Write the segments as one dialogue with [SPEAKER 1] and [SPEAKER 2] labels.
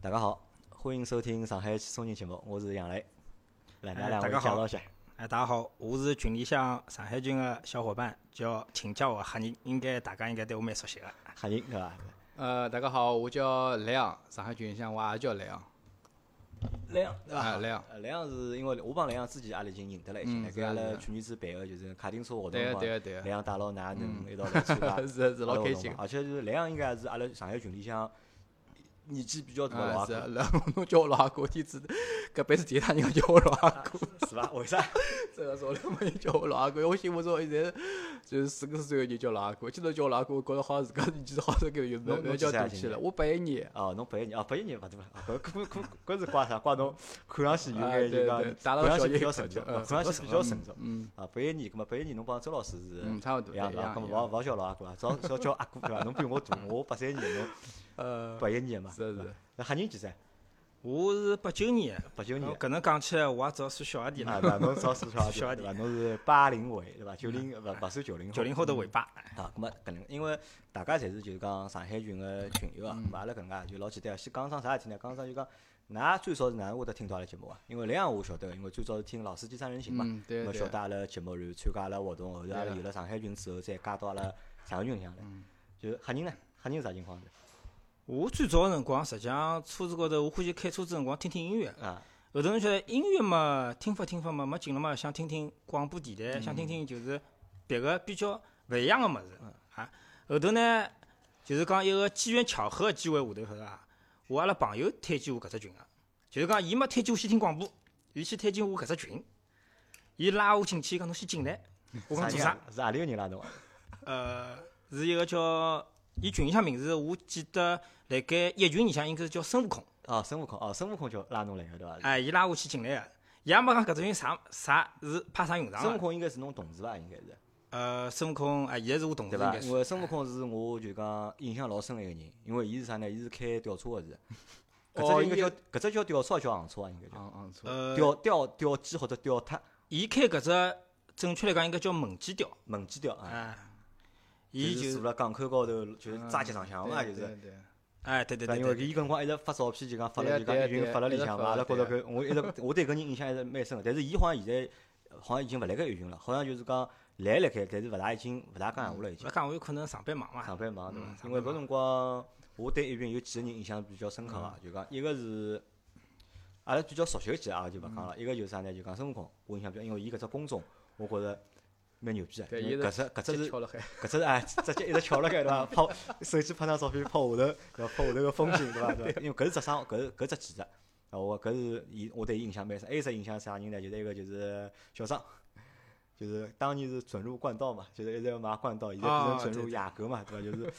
[SPEAKER 1] 大家好，欢迎收听上海综艺节目，我是杨磊。来，
[SPEAKER 2] 哎
[SPEAKER 1] 㑚两
[SPEAKER 2] 大
[SPEAKER 1] 位
[SPEAKER 2] 家
[SPEAKER 1] 介
[SPEAKER 2] 好
[SPEAKER 1] 绍一下。
[SPEAKER 2] 哎，大家好，我是群里向上海群的小伙伴，叫请叫我哈人，应该大家应该对我蛮熟悉的。
[SPEAKER 1] 黑人对伐？
[SPEAKER 3] 呃，大家好，我叫莱昂，上海群像我也叫莱昂，
[SPEAKER 1] 莱昂对
[SPEAKER 3] 啊，
[SPEAKER 1] 伐？
[SPEAKER 3] 莱昂，
[SPEAKER 1] 呃莱昂是因为我帮莱昂之前阿拉已经认得了一
[SPEAKER 3] 嗯
[SPEAKER 1] 起，搿
[SPEAKER 3] 是
[SPEAKER 1] 阿
[SPEAKER 3] 啊
[SPEAKER 1] 拉
[SPEAKER 3] 是啊
[SPEAKER 1] 去年子办个就是卡丁车活动
[SPEAKER 3] 对
[SPEAKER 1] 嘛
[SPEAKER 3] 啊个，对个对
[SPEAKER 1] 莱
[SPEAKER 3] 个，，
[SPEAKER 1] 昂带牢㑚能一道来参加
[SPEAKER 3] 是是
[SPEAKER 1] 阿拉
[SPEAKER 3] 老开
[SPEAKER 1] 活动
[SPEAKER 3] 心
[SPEAKER 1] 嘛，而且就是莱昂应该是阿拉上海群里向年纪比较大的
[SPEAKER 3] 啊
[SPEAKER 1] 老
[SPEAKER 3] 是啊
[SPEAKER 1] 哥，，
[SPEAKER 3] 然后侬叫我老阿哥，天子搿辈子第一趟人家叫我老 阿哥，
[SPEAKER 1] 是伐？为啥？
[SPEAKER 3] 真个从来没人叫我老阿哥，我心目中现在就是四个岁的人叫老阿哥，今朝叫我老阿哥，我觉着好像自家年纪好像搿有
[SPEAKER 1] 侬
[SPEAKER 3] 蛮
[SPEAKER 1] 侬
[SPEAKER 3] 蛮叫
[SPEAKER 1] 几岁啊
[SPEAKER 3] 大
[SPEAKER 1] 今
[SPEAKER 3] 气了，
[SPEAKER 1] 年
[SPEAKER 3] 我八一年，
[SPEAKER 1] 哦，侬八一年哦，八一年勿大了，啊搿搿搿搿是怪啥？怪侬看上去应
[SPEAKER 3] 啊
[SPEAKER 1] 该就
[SPEAKER 3] 对
[SPEAKER 1] 讲
[SPEAKER 3] 对打到
[SPEAKER 1] 看上
[SPEAKER 3] 小
[SPEAKER 1] 去比
[SPEAKER 3] 一
[SPEAKER 1] 较
[SPEAKER 3] 口
[SPEAKER 1] 成熟，
[SPEAKER 3] 就
[SPEAKER 1] 啊
[SPEAKER 3] 嗯
[SPEAKER 1] 看上去比较成
[SPEAKER 3] 嗯
[SPEAKER 1] 熟。
[SPEAKER 3] 嗯
[SPEAKER 1] 啊，八一年，葛末八一年侬帮周老师是
[SPEAKER 3] 嗯，差勿多，
[SPEAKER 1] 一样
[SPEAKER 3] 对
[SPEAKER 1] 对
[SPEAKER 3] 一
[SPEAKER 1] 伐？
[SPEAKER 3] 样
[SPEAKER 1] 葛
[SPEAKER 3] 一
[SPEAKER 1] 末
[SPEAKER 3] 样，
[SPEAKER 1] 勿勿叫老阿哥啊，早早叫阿哥对伐？侬比我大，我八三年，侬
[SPEAKER 3] 呃，
[SPEAKER 1] 八一年嘛。
[SPEAKER 3] 是
[SPEAKER 1] 对伐
[SPEAKER 3] 是。
[SPEAKER 1] 那吓人几岁？
[SPEAKER 2] 我是八九年
[SPEAKER 1] 八九
[SPEAKER 2] 的，
[SPEAKER 1] 年
[SPEAKER 2] 哦。搿能讲起来，我也只好算小阿弟
[SPEAKER 1] 啊，
[SPEAKER 2] 了，
[SPEAKER 1] 对伐？侬早四
[SPEAKER 2] 是
[SPEAKER 1] 小
[SPEAKER 2] 小
[SPEAKER 1] 阿
[SPEAKER 2] 阿
[SPEAKER 1] 弟
[SPEAKER 2] 弟
[SPEAKER 1] 对伐？侬是八零尾对伐？九零勿勿算九零后。
[SPEAKER 2] 九零后的尾巴。
[SPEAKER 1] 啊，咁么搿能，因为大家侪是就是讲上海群个群友啊，咁阿拉搿能介就老简单，啊先讲桩啥事体呢？讲桩就讲，㑚最早是哪能会得听到阿拉节目啊？因为莱昂我晓得，因为最早是听《老司机三人行》嘛，
[SPEAKER 3] 嗯对
[SPEAKER 1] 咁么
[SPEAKER 3] 对
[SPEAKER 1] 晓得阿拉节目，然后参加阿拉活动，后头阿拉
[SPEAKER 2] 啊
[SPEAKER 3] 对
[SPEAKER 1] 有了上海群之后，再加到阿拉上海群里向来。
[SPEAKER 2] 嗯
[SPEAKER 1] 就是吓人呢，吓人是啥情况呢？
[SPEAKER 2] 我最早的辰光，实际上车子高头，我欢喜开车子的辰光听听音乐。
[SPEAKER 1] 啊，
[SPEAKER 2] 后头侬晓得音乐嘛，听法听法嘛，没劲了嘛，想听听广播电台，想听听就是别个比较勿一样个物事啊。后头呢，就是讲一个机缘巧合个机会下头，晓得伐？我阿拉朋友推荐我搿只群个，啊就是讲伊没推荐我先听广播，伊先推荐我搿只群，伊拉我进去讲侬先进来，我讲
[SPEAKER 1] 人
[SPEAKER 2] 做啥
[SPEAKER 1] 啊？？是何里个人拉侬啊？
[SPEAKER 2] 呃，是一个叫伊群里向名字，我记得辣盖一群里向应该是叫孙悟空。
[SPEAKER 1] 哦，孙悟空，哦，孙悟空就拉侬来个对伐？
[SPEAKER 2] 哎，伊拉我去进来个，伊也没讲搿只群啥啥是派啥用场啊
[SPEAKER 1] 孙悟
[SPEAKER 2] 个。
[SPEAKER 1] 空应该是侬同事伐？应该是。
[SPEAKER 2] 呃，孙悟空，哎，现在是我同事
[SPEAKER 1] 对
[SPEAKER 2] 应该
[SPEAKER 1] 伐？
[SPEAKER 2] 是。
[SPEAKER 1] 因为孙悟空是我就讲印象老深个一个人，因为伊是啥呢？伊是开吊车个是，搿
[SPEAKER 3] 哦
[SPEAKER 1] 只应该
[SPEAKER 3] 伊
[SPEAKER 1] 叫搿只叫吊车，叫hàng车啊，应该叫
[SPEAKER 3] 嗯嗯，错，
[SPEAKER 2] 呃，
[SPEAKER 1] 吊吊吊机或者吊塔
[SPEAKER 2] 伊开搿只正确来讲应该叫门机雕，
[SPEAKER 1] 门机吊啊，
[SPEAKER 2] 哎，
[SPEAKER 1] 就
[SPEAKER 2] 伊就是嗯是
[SPEAKER 1] 坐辣港口高头，就是揸起上香嘛，
[SPEAKER 3] 嗯对
[SPEAKER 1] 啊就是。
[SPEAKER 3] 对对
[SPEAKER 2] 哎，对对
[SPEAKER 1] 对，
[SPEAKER 2] 对
[SPEAKER 1] 因为
[SPEAKER 2] 对，
[SPEAKER 1] 伊搿辰光一直发照片，就讲发
[SPEAKER 3] 对
[SPEAKER 1] 了，
[SPEAKER 3] 啊
[SPEAKER 1] 就讲
[SPEAKER 3] 对啊
[SPEAKER 1] 已经
[SPEAKER 3] 对啊
[SPEAKER 1] 发了里
[SPEAKER 3] 一直
[SPEAKER 1] 向嘛。
[SPEAKER 3] 发
[SPEAKER 1] 阿拉觉
[SPEAKER 3] 对啊
[SPEAKER 1] 着搿，我一直我对搿人印象还是蛮深个。但是伊好像现在好像已经勿辣盖一群了，好像就是讲来辣盖，但是勿大已经勿大讲闲话了已经
[SPEAKER 2] 勿。讲我有可能上班忙嘛，
[SPEAKER 1] 上班忙对伐
[SPEAKER 2] 嗯？
[SPEAKER 1] 因
[SPEAKER 2] 上
[SPEAKER 1] 为
[SPEAKER 2] 班
[SPEAKER 1] 搿辰光，我对一群有几个人印象比较深刻啊，
[SPEAKER 2] 嗯
[SPEAKER 1] 就讲一个是阿拉比较熟悉个几个啊，就勿讲了。
[SPEAKER 2] 嗯
[SPEAKER 1] 一个就是啥呢？就讲孙悟空，我印象比较，因为伊搿只工种，我觉着蛮牛逼个。
[SPEAKER 3] 对
[SPEAKER 1] 因为
[SPEAKER 3] 伊是
[SPEAKER 1] 搿只搿只
[SPEAKER 3] 直
[SPEAKER 1] 是
[SPEAKER 3] 跳了海。
[SPEAKER 1] 搿只是哎，直接一直翘辣盖对伐？拍手机拍张照片，拍下头，对伐？拍下头个风景对伐？对伐？因为搿是只生，搿是搿只技术。啊，我搿是伊，我对伊印象蛮深。还哎有一只印象是啥人呢？就是一个就是小张，就是当年是准入冠道嘛，就是一直要买冠道，现在变成
[SPEAKER 2] 啊
[SPEAKER 1] 准入
[SPEAKER 2] 对对
[SPEAKER 1] 雅阁嘛，对伐？就是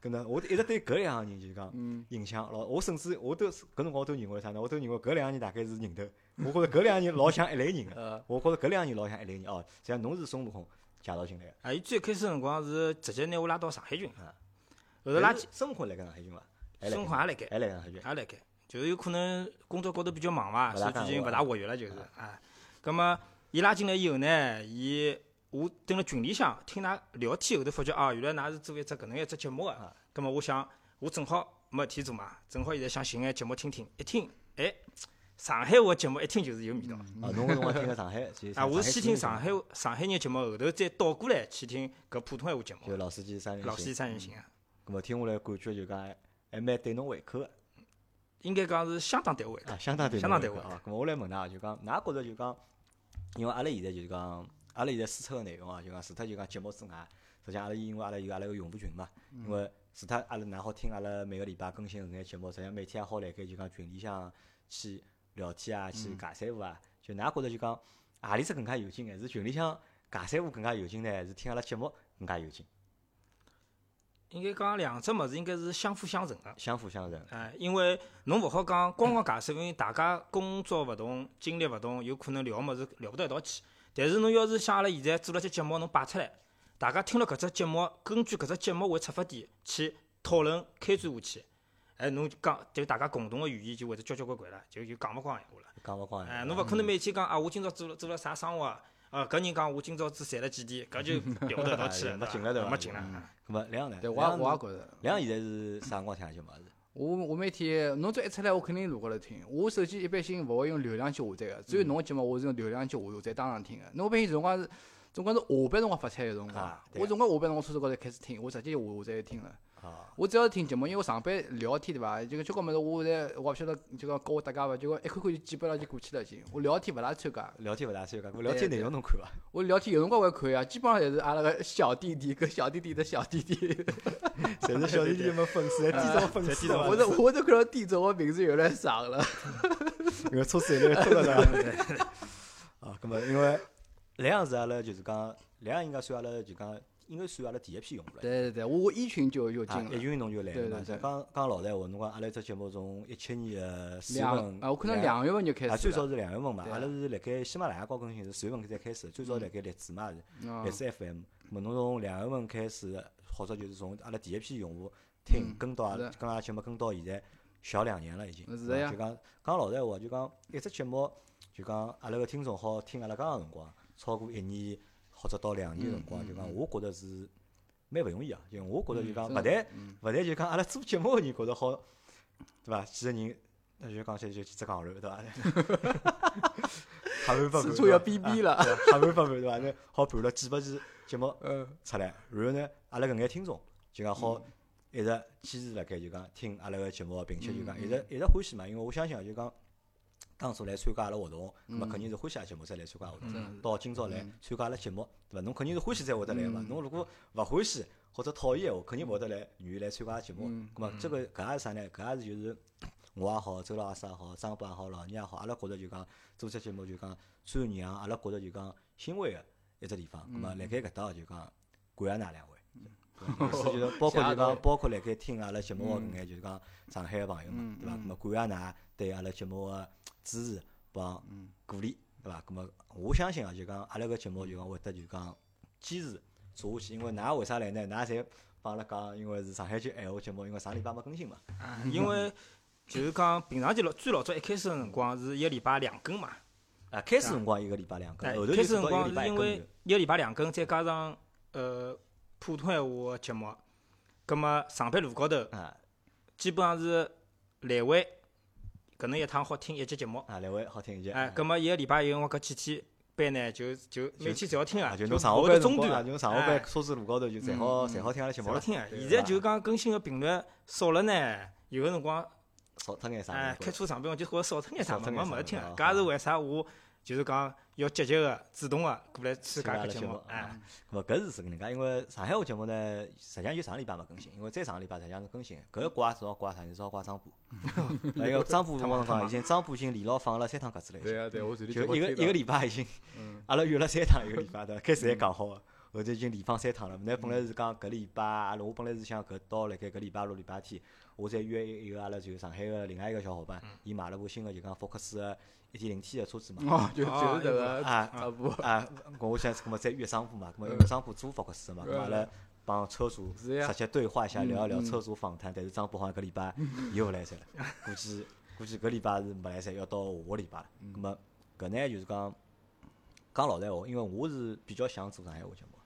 [SPEAKER 1] 搿能，我一直对搿两个人就是讲
[SPEAKER 3] 嗯，
[SPEAKER 1] 印象老，我甚至我都是搿辰光我都认为啥呢？我都认为搿两个人大概是认头，我觉着搿两个人老像一类人个，啊
[SPEAKER 3] 呃，
[SPEAKER 1] 我觉着搿两个人老像一类人哦。像侬是孙悟空介绍进来个，
[SPEAKER 2] 啊，伊最开始辰光是直接拿我拉到上海群
[SPEAKER 1] 啊，
[SPEAKER 2] 后头拉
[SPEAKER 1] 但是孙悟空来搿上海群伐？还来
[SPEAKER 2] 孙悟
[SPEAKER 1] 搿
[SPEAKER 2] 空也辣盖，
[SPEAKER 1] 还来搿上海群
[SPEAKER 2] 也，辣盖，就是有可能工作高头比较忙嘛，
[SPEAKER 1] 勿
[SPEAKER 2] 所
[SPEAKER 1] 大
[SPEAKER 2] 以
[SPEAKER 1] 讲
[SPEAKER 2] 最近
[SPEAKER 1] 话
[SPEAKER 2] 勿大活跃了，
[SPEAKER 1] 嗯
[SPEAKER 2] 就是啊。葛么伊拉进来以后呢，伊我蹲辣群里向听㑚聊天，后头发觉啊，原来㑚是做一只搿能一只节目
[SPEAKER 1] 啊
[SPEAKER 2] 个。葛么我想，我正好没事体做嘛，正好现在想寻眼节目听听，一听，哎，上海话的节目一听就是有味道。
[SPEAKER 1] 啊，侬搿辰光听个上海， 就是
[SPEAKER 2] 啊，我是先听
[SPEAKER 1] 上
[SPEAKER 2] 上
[SPEAKER 1] 海
[SPEAKER 2] 海上海人节目，后头再倒过来去听搿普通闲话节
[SPEAKER 1] 就
[SPEAKER 2] 目，
[SPEAKER 1] 老司机三人
[SPEAKER 2] 老
[SPEAKER 1] 行
[SPEAKER 2] 西三人行啊，
[SPEAKER 1] 咁么听下来感觉就讲还蛮对侬胃口个，
[SPEAKER 2] 应该讲是相当对位的。
[SPEAKER 1] 啊，相当对侬
[SPEAKER 2] 相当
[SPEAKER 1] 胃
[SPEAKER 2] 对
[SPEAKER 1] 口
[SPEAKER 2] 胃
[SPEAKER 1] 啊。咁么我来问㑚，就讲㑚觉着就讲，因为阿拉现在就是讲，阿拉现在输出个内容啊，就讲除脱就讲节目之外，实际上阿拉因为阿拉有阿拉个用户群嘛，因为除脱阿拉㑚好听阿拉每个礼拜更新搿眼节目，实际上每天也好辣盖就讲群里向去聊天啊，去尬三胡啊，就㑚觉着就讲，何里只更加有劲呢？是群里向尬三胡更加有劲呢，还是听阿拉节目更加有劲？
[SPEAKER 2] 应该讲两只物事应该是相辅相成的。
[SPEAKER 1] 相辅相成。
[SPEAKER 2] 哎，因为侬勿好讲光讲假设，因为大家工作勿同、经历勿同，有可能聊物事聊勿到一道去。但是侬要是像阿拉现在做了只节目，侬摆出来，大家听了搿只节目，根据搿只节目为出发点去讨论开展下去，哎，侬讲就大家共同个语言就会得交交关关了，就就讲勿光闲话了。
[SPEAKER 1] 讲勿光
[SPEAKER 2] 哎，侬勿可能每天讲啊，我今朝做了做了啥生活啊？啊，搿人讲我今朝只赚了几钿，搿就聊勿到一道去 了，
[SPEAKER 1] 没劲了对伐
[SPEAKER 2] 没劲
[SPEAKER 1] 嗯
[SPEAKER 2] 了。
[SPEAKER 1] 咁么两样呢？
[SPEAKER 3] 对，我
[SPEAKER 1] 两
[SPEAKER 3] 也
[SPEAKER 1] 样
[SPEAKER 3] 我也
[SPEAKER 1] 是
[SPEAKER 3] 觉着，
[SPEAKER 1] 两样现在是啥辰光听节目啊？是
[SPEAKER 3] 我我每天侬只要一出来，我肯定路高头听。我手机一般性勿会用流量去下载个，只有侬个节目我是用流量去下载当场听个。侬一般性辰光是，总归是下班辰光发出来个辰光
[SPEAKER 1] 啊，对
[SPEAKER 3] 我总归下班辰光车子高头开始听，我直接下载听了。
[SPEAKER 1] 啊，
[SPEAKER 3] 我只要听节目，因为我上班聊天对伐？就交关物事，我现在我也勿晓得就讲跟我搭界伐？就讲一看看就几百了就过去了已经。我聊天勿大参加，
[SPEAKER 1] 聊天勿大参加，我聊天内容侬看伐？
[SPEAKER 3] 我聊天有辰光会看啊，基本上侪是阿拉个小弟弟跟小弟弟的小弟弟。
[SPEAKER 1] 侪是小弟弟们粉 丝，地主粉丝嘛，
[SPEAKER 3] 我都我都看到地主，我名字有点长了。
[SPEAKER 1] 因为车子有点多了 呢。 啊，咁么因为莱昂是阿拉就是讲，莱昂应该算阿拉就讲，应该算阿拉第一批用户了。
[SPEAKER 3] 对对对，我我一群就就进
[SPEAKER 1] 啊，
[SPEAKER 3] 了
[SPEAKER 1] 一。群侬就来了
[SPEAKER 3] 对
[SPEAKER 1] 嘛
[SPEAKER 3] 对对。
[SPEAKER 1] 刚刚老实闲话，侬讲阿拉只节目从一七年的四月
[SPEAKER 3] 两
[SPEAKER 1] 份
[SPEAKER 3] 啊，我看到
[SPEAKER 1] 两
[SPEAKER 3] 两月份就开
[SPEAKER 1] 啊，
[SPEAKER 3] 始
[SPEAKER 1] 最
[SPEAKER 3] 了。
[SPEAKER 1] 早是两月份嘛，
[SPEAKER 3] 对啊
[SPEAKER 1] 阿拉是辣盖喜马拉雅高更新是四月份才开始，最早辣盖荔枝嘛是
[SPEAKER 3] 嗯
[SPEAKER 1] 荔枝 FM。咾侬从两月份开始，或者就是从阿拉第一批用户听
[SPEAKER 3] 嗯
[SPEAKER 1] 跟到阿拉
[SPEAKER 3] 是
[SPEAKER 1] 跟阿拉节目跟到现在小两年了已经。
[SPEAKER 3] 是
[SPEAKER 1] 对
[SPEAKER 3] 呀
[SPEAKER 1] 伐就讲讲老实闲话，就讲一只节目，就讲阿拉个听众好听阿拉讲个辰光，超过一年或者到两年辰
[SPEAKER 3] 嗯
[SPEAKER 1] 光，就讲我觉得是蛮勿容易啊。就我觉得就讲
[SPEAKER 3] 真
[SPEAKER 1] 勿
[SPEAKER 3] 的
[SPEAKER 1] 但
[SPEAKER 3] 嗯
[SPEAKER 1] 勿但就讲阿拉做节目个人觉得好，对伐？几个人，那就讲起来就几只戆头，对 伐？瞎盘发盘，
[SPEAKER 3] 此处要
[SPEAKER 1] 对
[SPEAKER 3] 逼
[SPEAKER 1] 伐
[SPEAKER 3] 逼了。
[SPEAKER 1] 啊对伐瞎盘发盘，对伐？那好盘了几百期节目
[SPEAKER 3] 嗯，
[SPEAKER 1] 出来，然后呢，阿拉搿眼听众就讲好一直坚持辣盖就讲听阿拉个节目，并且
[SPEAKER 3] 嗯
[SPEAKER 1] 就讲一直一直欢喜嘛，因为我相信啊，就讲当初来参加阿拉活动，那
[SPEAKER 3] 嗯
[SPEAKER 1] 么肯定是欢喜阿拉节目才来参加活动
[SPEAKER 3] 真
[SPEAKER 2] 嗯
[SPEAKER 3] 的是，
[SPEAKER 1] 到今朝
[SPEAKER 3] 嗯
[SPEAKER 1] 来参加阿拉节目，对伐？侬肯定是欢喜才会得来嘛，侬如果勿欢喜或者讨厌闲话，肯定勿会得来愿意来参加阿拉节目。
[SPEAKER 3] 嗯
[SPEAKER 1] 咁么这个搿也是啥呢？搿也是就是。 我也好，周老师也好，张伯也好，老倪也好，阿拉觉着就讲做这节目就讲最让阿拉觉着就讲欣慰个一只地方。咁
[SPEAKER 3] 嗯
[SPEAKER 1] 么，辣盖搿搭就讲感谢㑚两位。对吧就是 包括就
[SPEAKER 3] 谢谢嗯各位
[SPEAKER 1] 讲，包括辣盖听阿拉节目个搿眼，就是讲上海个朋友
[SPEAKER 2] 嗯
[SPEAKER 1] 嘛，对伐？咁么感谢㑚对阿拉节目个支持帮鼓励，对伐？咁么我相信啊，就讲阿拉搿节目就讲会得就讲坚持做下去，因为㑚为啥来呢？㑚侪帮阿拉讲，因为是上海句闲话节目，因为上礼拜没更新嘛。
[SPEAKER 2] 啊， 因为就是讲平常就老最老早一开始个辰光是一个礼拜两更嘛，
[SPEAKER 1] 啊，开始辰光一个礼拜两
[SPEAKER 2] 哎
[SPEAKER 1] 更，后头
[SPEAKER 2] 开
[SPEAKER 1] 就
[SPEAKER 2] 始辰
[SPEAKER 1] 到一个
[SPEAKER 2] 光
[SPEAKER 1] 礼拜
[SPEAKER 2] 是
[SPEAKER 1] 一
[SPEAKER 2] 因
[SPEAKER 1] 更
[SPEAKER 2] 为
[SPEAKER 1] 了。
[SPEAKER 2] 一个礼拜两更，再加上呃普通闲话个节目，葛么上班路高头
[SPEAKER 1] 啊
[SPEAKER 2] 基本上是来回搿能一趟好听一集节目，
[SPEAKER 1] 啊，来回好听一些。
[SPEAKER 2] 哎，葛么一个礼拜有辰光搿几天班呢就就每天侪要听
[SPEAKER 1] 啊，
[SPEAKER 2] 啊，
[SPEAKER 1] 就
[SPEAKER 2] 就
[SPEAKER 1] 侬上下
[SPEAKER 2] 勿
[SPEAKER 1] 班
[SPEAKER 2] 会得
[SPEAKER 1] 辰
[SPEAKER 2] 中
[SPEAKER 1] 光
[SPEAKER 2] 断
[SPEAKER 1] 啊，
[SPEAKER 2] 啊，嗯
[SPEAKER 1] 就侬上下班车子路高头就侪好侪好听阿拉节目
[SPEAKER 2] 勿
[SPEAKER 1] 了
[SPEAKER 2] 好，听啊。
[SPEAKER 1] 对
[SPEAKER 2] 现
[SPEAKER 1] 吧
[SPEAKER 2] 在就是讲更新个频率少了呢，有个辰光
[SPEAKER 1] 少脱眼啥
[SPEAKER 2] 哎
[SPEAKER 1] 物事。
[SPEAKER 2] 开车上班我就觉着少脱眼啥
[SPEAKER 1] 少脱
[SPEAKER 2] 嘛，
[SPEAKER 1] 眼
[SPEAKER 2] 没
[SPEAKER 1] 啥物
[SPEAKER 2] 没得听
[SPEAKER 1] 事
[SPEAKER 2] 啊
[SPEAKER 1] 啊。
[SPEAKER 2] 搿也是为啥我就是讲要积极个、主动个过来参
[SPEAKER 1] 参加阿拉
[SPEAKER 2] 加搿节
[SPEAKER 1] 节
[SPEAKER 2] 目
[SPEAKER 1] 目，
[SPEAKER 2] 哎
[SPEAKER 1] 啊。咁么搿是是搿能介，因为上海话节目呢，实际上就上个礼拜没更新，因为再上个礼拜实际上是更新的。搿怪主要怪啥？主要怪张波。哎呦，张波辰光辰光已经张波已经连牢放了三趟鸽子了已经，
[SPEAKER 3] 啊对，我随
[SPEAKER 1] 就一个嗯一个礼拜已经，阿拉约了三趟一个礼拜对伐？开始还讲好个。后头已经连放三趟了，那本来是讲搿礼拜，阿拉我本来是想搿到辣盖搿礼拜六、礼拜天，我再约一个阿拉就上海个另外一个小伙伴，伊买了部新个就讲福克斯个一点零 T 个车子嘛，
[SPEAKER 3] 哦，就就是这个
[SPEAKER 1] 啊
[SPEAKER 3] 差不 多。
[SPEAKER 1] 啊，搿我想，搿么再约商铺嘛，搿么因为商铺租福克斯嘛，搿么阿拉帮车主
[SPEAKER 3] 嗯是呀
[SPEAKER 1] 直接对话一下，
[SPEAKER 3] 嗯
[SPEAKER 1] 聊一聊
[SPEAKER 3] 嗯
[SPEAKER 1] 车主访谈。但是张博好像搿礼 拜又勿来塞了，估计估计搿礼拜是没来塞，要到下个礼拜了。
[SPEAKER 3] 嗯
[SPEAKER 1] 搿么搿呢就是讲讲老实闲话，因为我是比较想做上海话节目，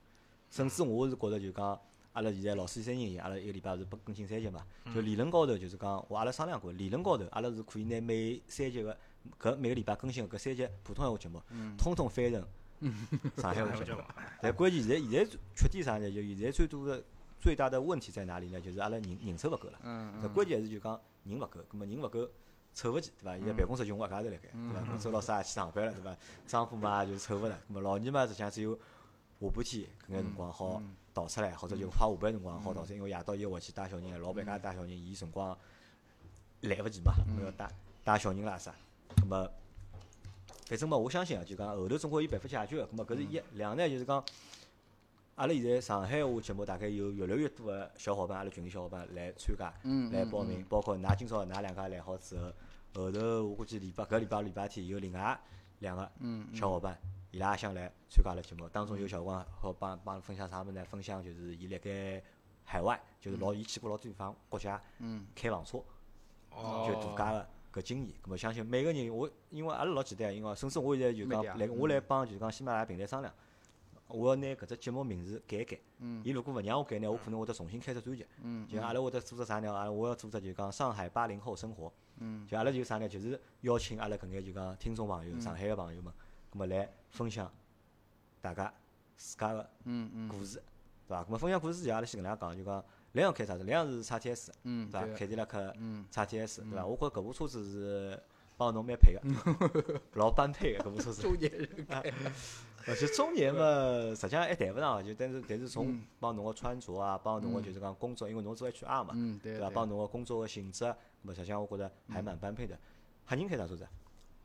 [SPEAKER 1] 甚至我是觉着就讲。阿拉现在老师三人行，阿拉一个礼拜是不更新三集嘛？就理论高头就是讲，我阿拉商量过，理论高头阿拉是可以拿每三集个搿每个礼拜更新个搿三集普通话节目，通通翻 成嗯上海话节目。但关键现在现在缺点啥呢？就现在最多的最大的问题在哪里呢？就是阿拉人人手勿够了。
[SPEAKER 3] 嗯
[SPEAKER 1] 那关键还是就讲人勿够，葛末人勿够凑勿齐，对伐？现在办公室就我一家头辣盖，对伐？我周老师也去上班了，对伐？张虎嘛就凑勿着，葛末老二嘛实际上只有下半天搿眼辰光好逃出来，或者就快下班辰光好逃出来，因为夜到伊回去带小人，老板家带小人，伊辰光来勿及嘛，我要带带小人啦啥，葛末。反正嘛，我相信啊，就讲后头总归有办法解决个。咁么搿是一，两呢就是讲，阿拉现在上海话节目大概有越来越多个小伙伴，阿拉群里小伙伴来参加
[SPEAKER 3] 嗯，
[SPEAKER 1] 来报名，包括㑚今朝㑚两家来好之后，后头我估计礼拜搿礼拜礼拜天有另外两个
[SPEAKER 3] 嗯
[SPEAKER 1] 小伙伴，伊拉也想来参加阿拉节目，当中有小光好帮帮分享啥物事呢？分享就是伊辣盖海外，就是老伊去过老多地方国家
[SPEAKER 3] 嗯，
[SPEAKER 1] 开房车。
[SPEAKER 2] 哦，
[SPEAKER 1] 就大家个搿经验。咁么啊相信每个人，我因为阿拉老简单，因为甚至我现在就
[SPEAKER 3] 没啊嗯
[SPEAKER 1] 讲
[SPEAKER 3] 嗲
[SPEAKER 1] 来，我来帮就是讲喜马拉雅平台商量，我要拿搿只节目名字改一改。伊如果勿让我改呢，我可能会得重新开只专辑。
[SPEAKER 3] 嗯
[SPEAKER 1] 就阿拉会得做只啥呢？阿拉我要做只就讲上海八零后生活。
[SPEAKER 3] 嗯
[SPEAKER 1] 就阿拉就啥呢？就是邀请阿拉搿眼就讲听众朋友、上海个朋友们，葛末来分享大家自家个
[SPEAKER 3] 嗯嗯
[SPEAKER 1] 故事，对伐？葛末分享故事之前，阿拉先搿能介讲，就讲莱昂开啥车？莱昂是叉 T S，
[SPEAKER 3] 嗯，
[SPEAKER 1] 对伐？
[SPEAKER 3] 对，
[SPEAKER 1] 凯迪拉克
[SPEAKER 3] 嗯，
[SPEAKER 1] 叉 T S，对伐？我觉着搿部车子是帮侬蛮配个，老般配个搿部车子。
[SPEAKER 3] 中 年人，
[SPEAKER 1] 而且中年嘛，实际上还谈勿上啊，就但是但是从帮侬个穿着啊，帮侬个就是讲工作，因为侬做 HR 嘛，
[SPEAKER 3] 嗯对
[SPEAKER 1] 对
[SPEAKER 3] 对
[SPEAKER 1] 伐？帮侬个工作个性质，咾么实际上我觉着还蛮般配的。黑人开啥车子？啊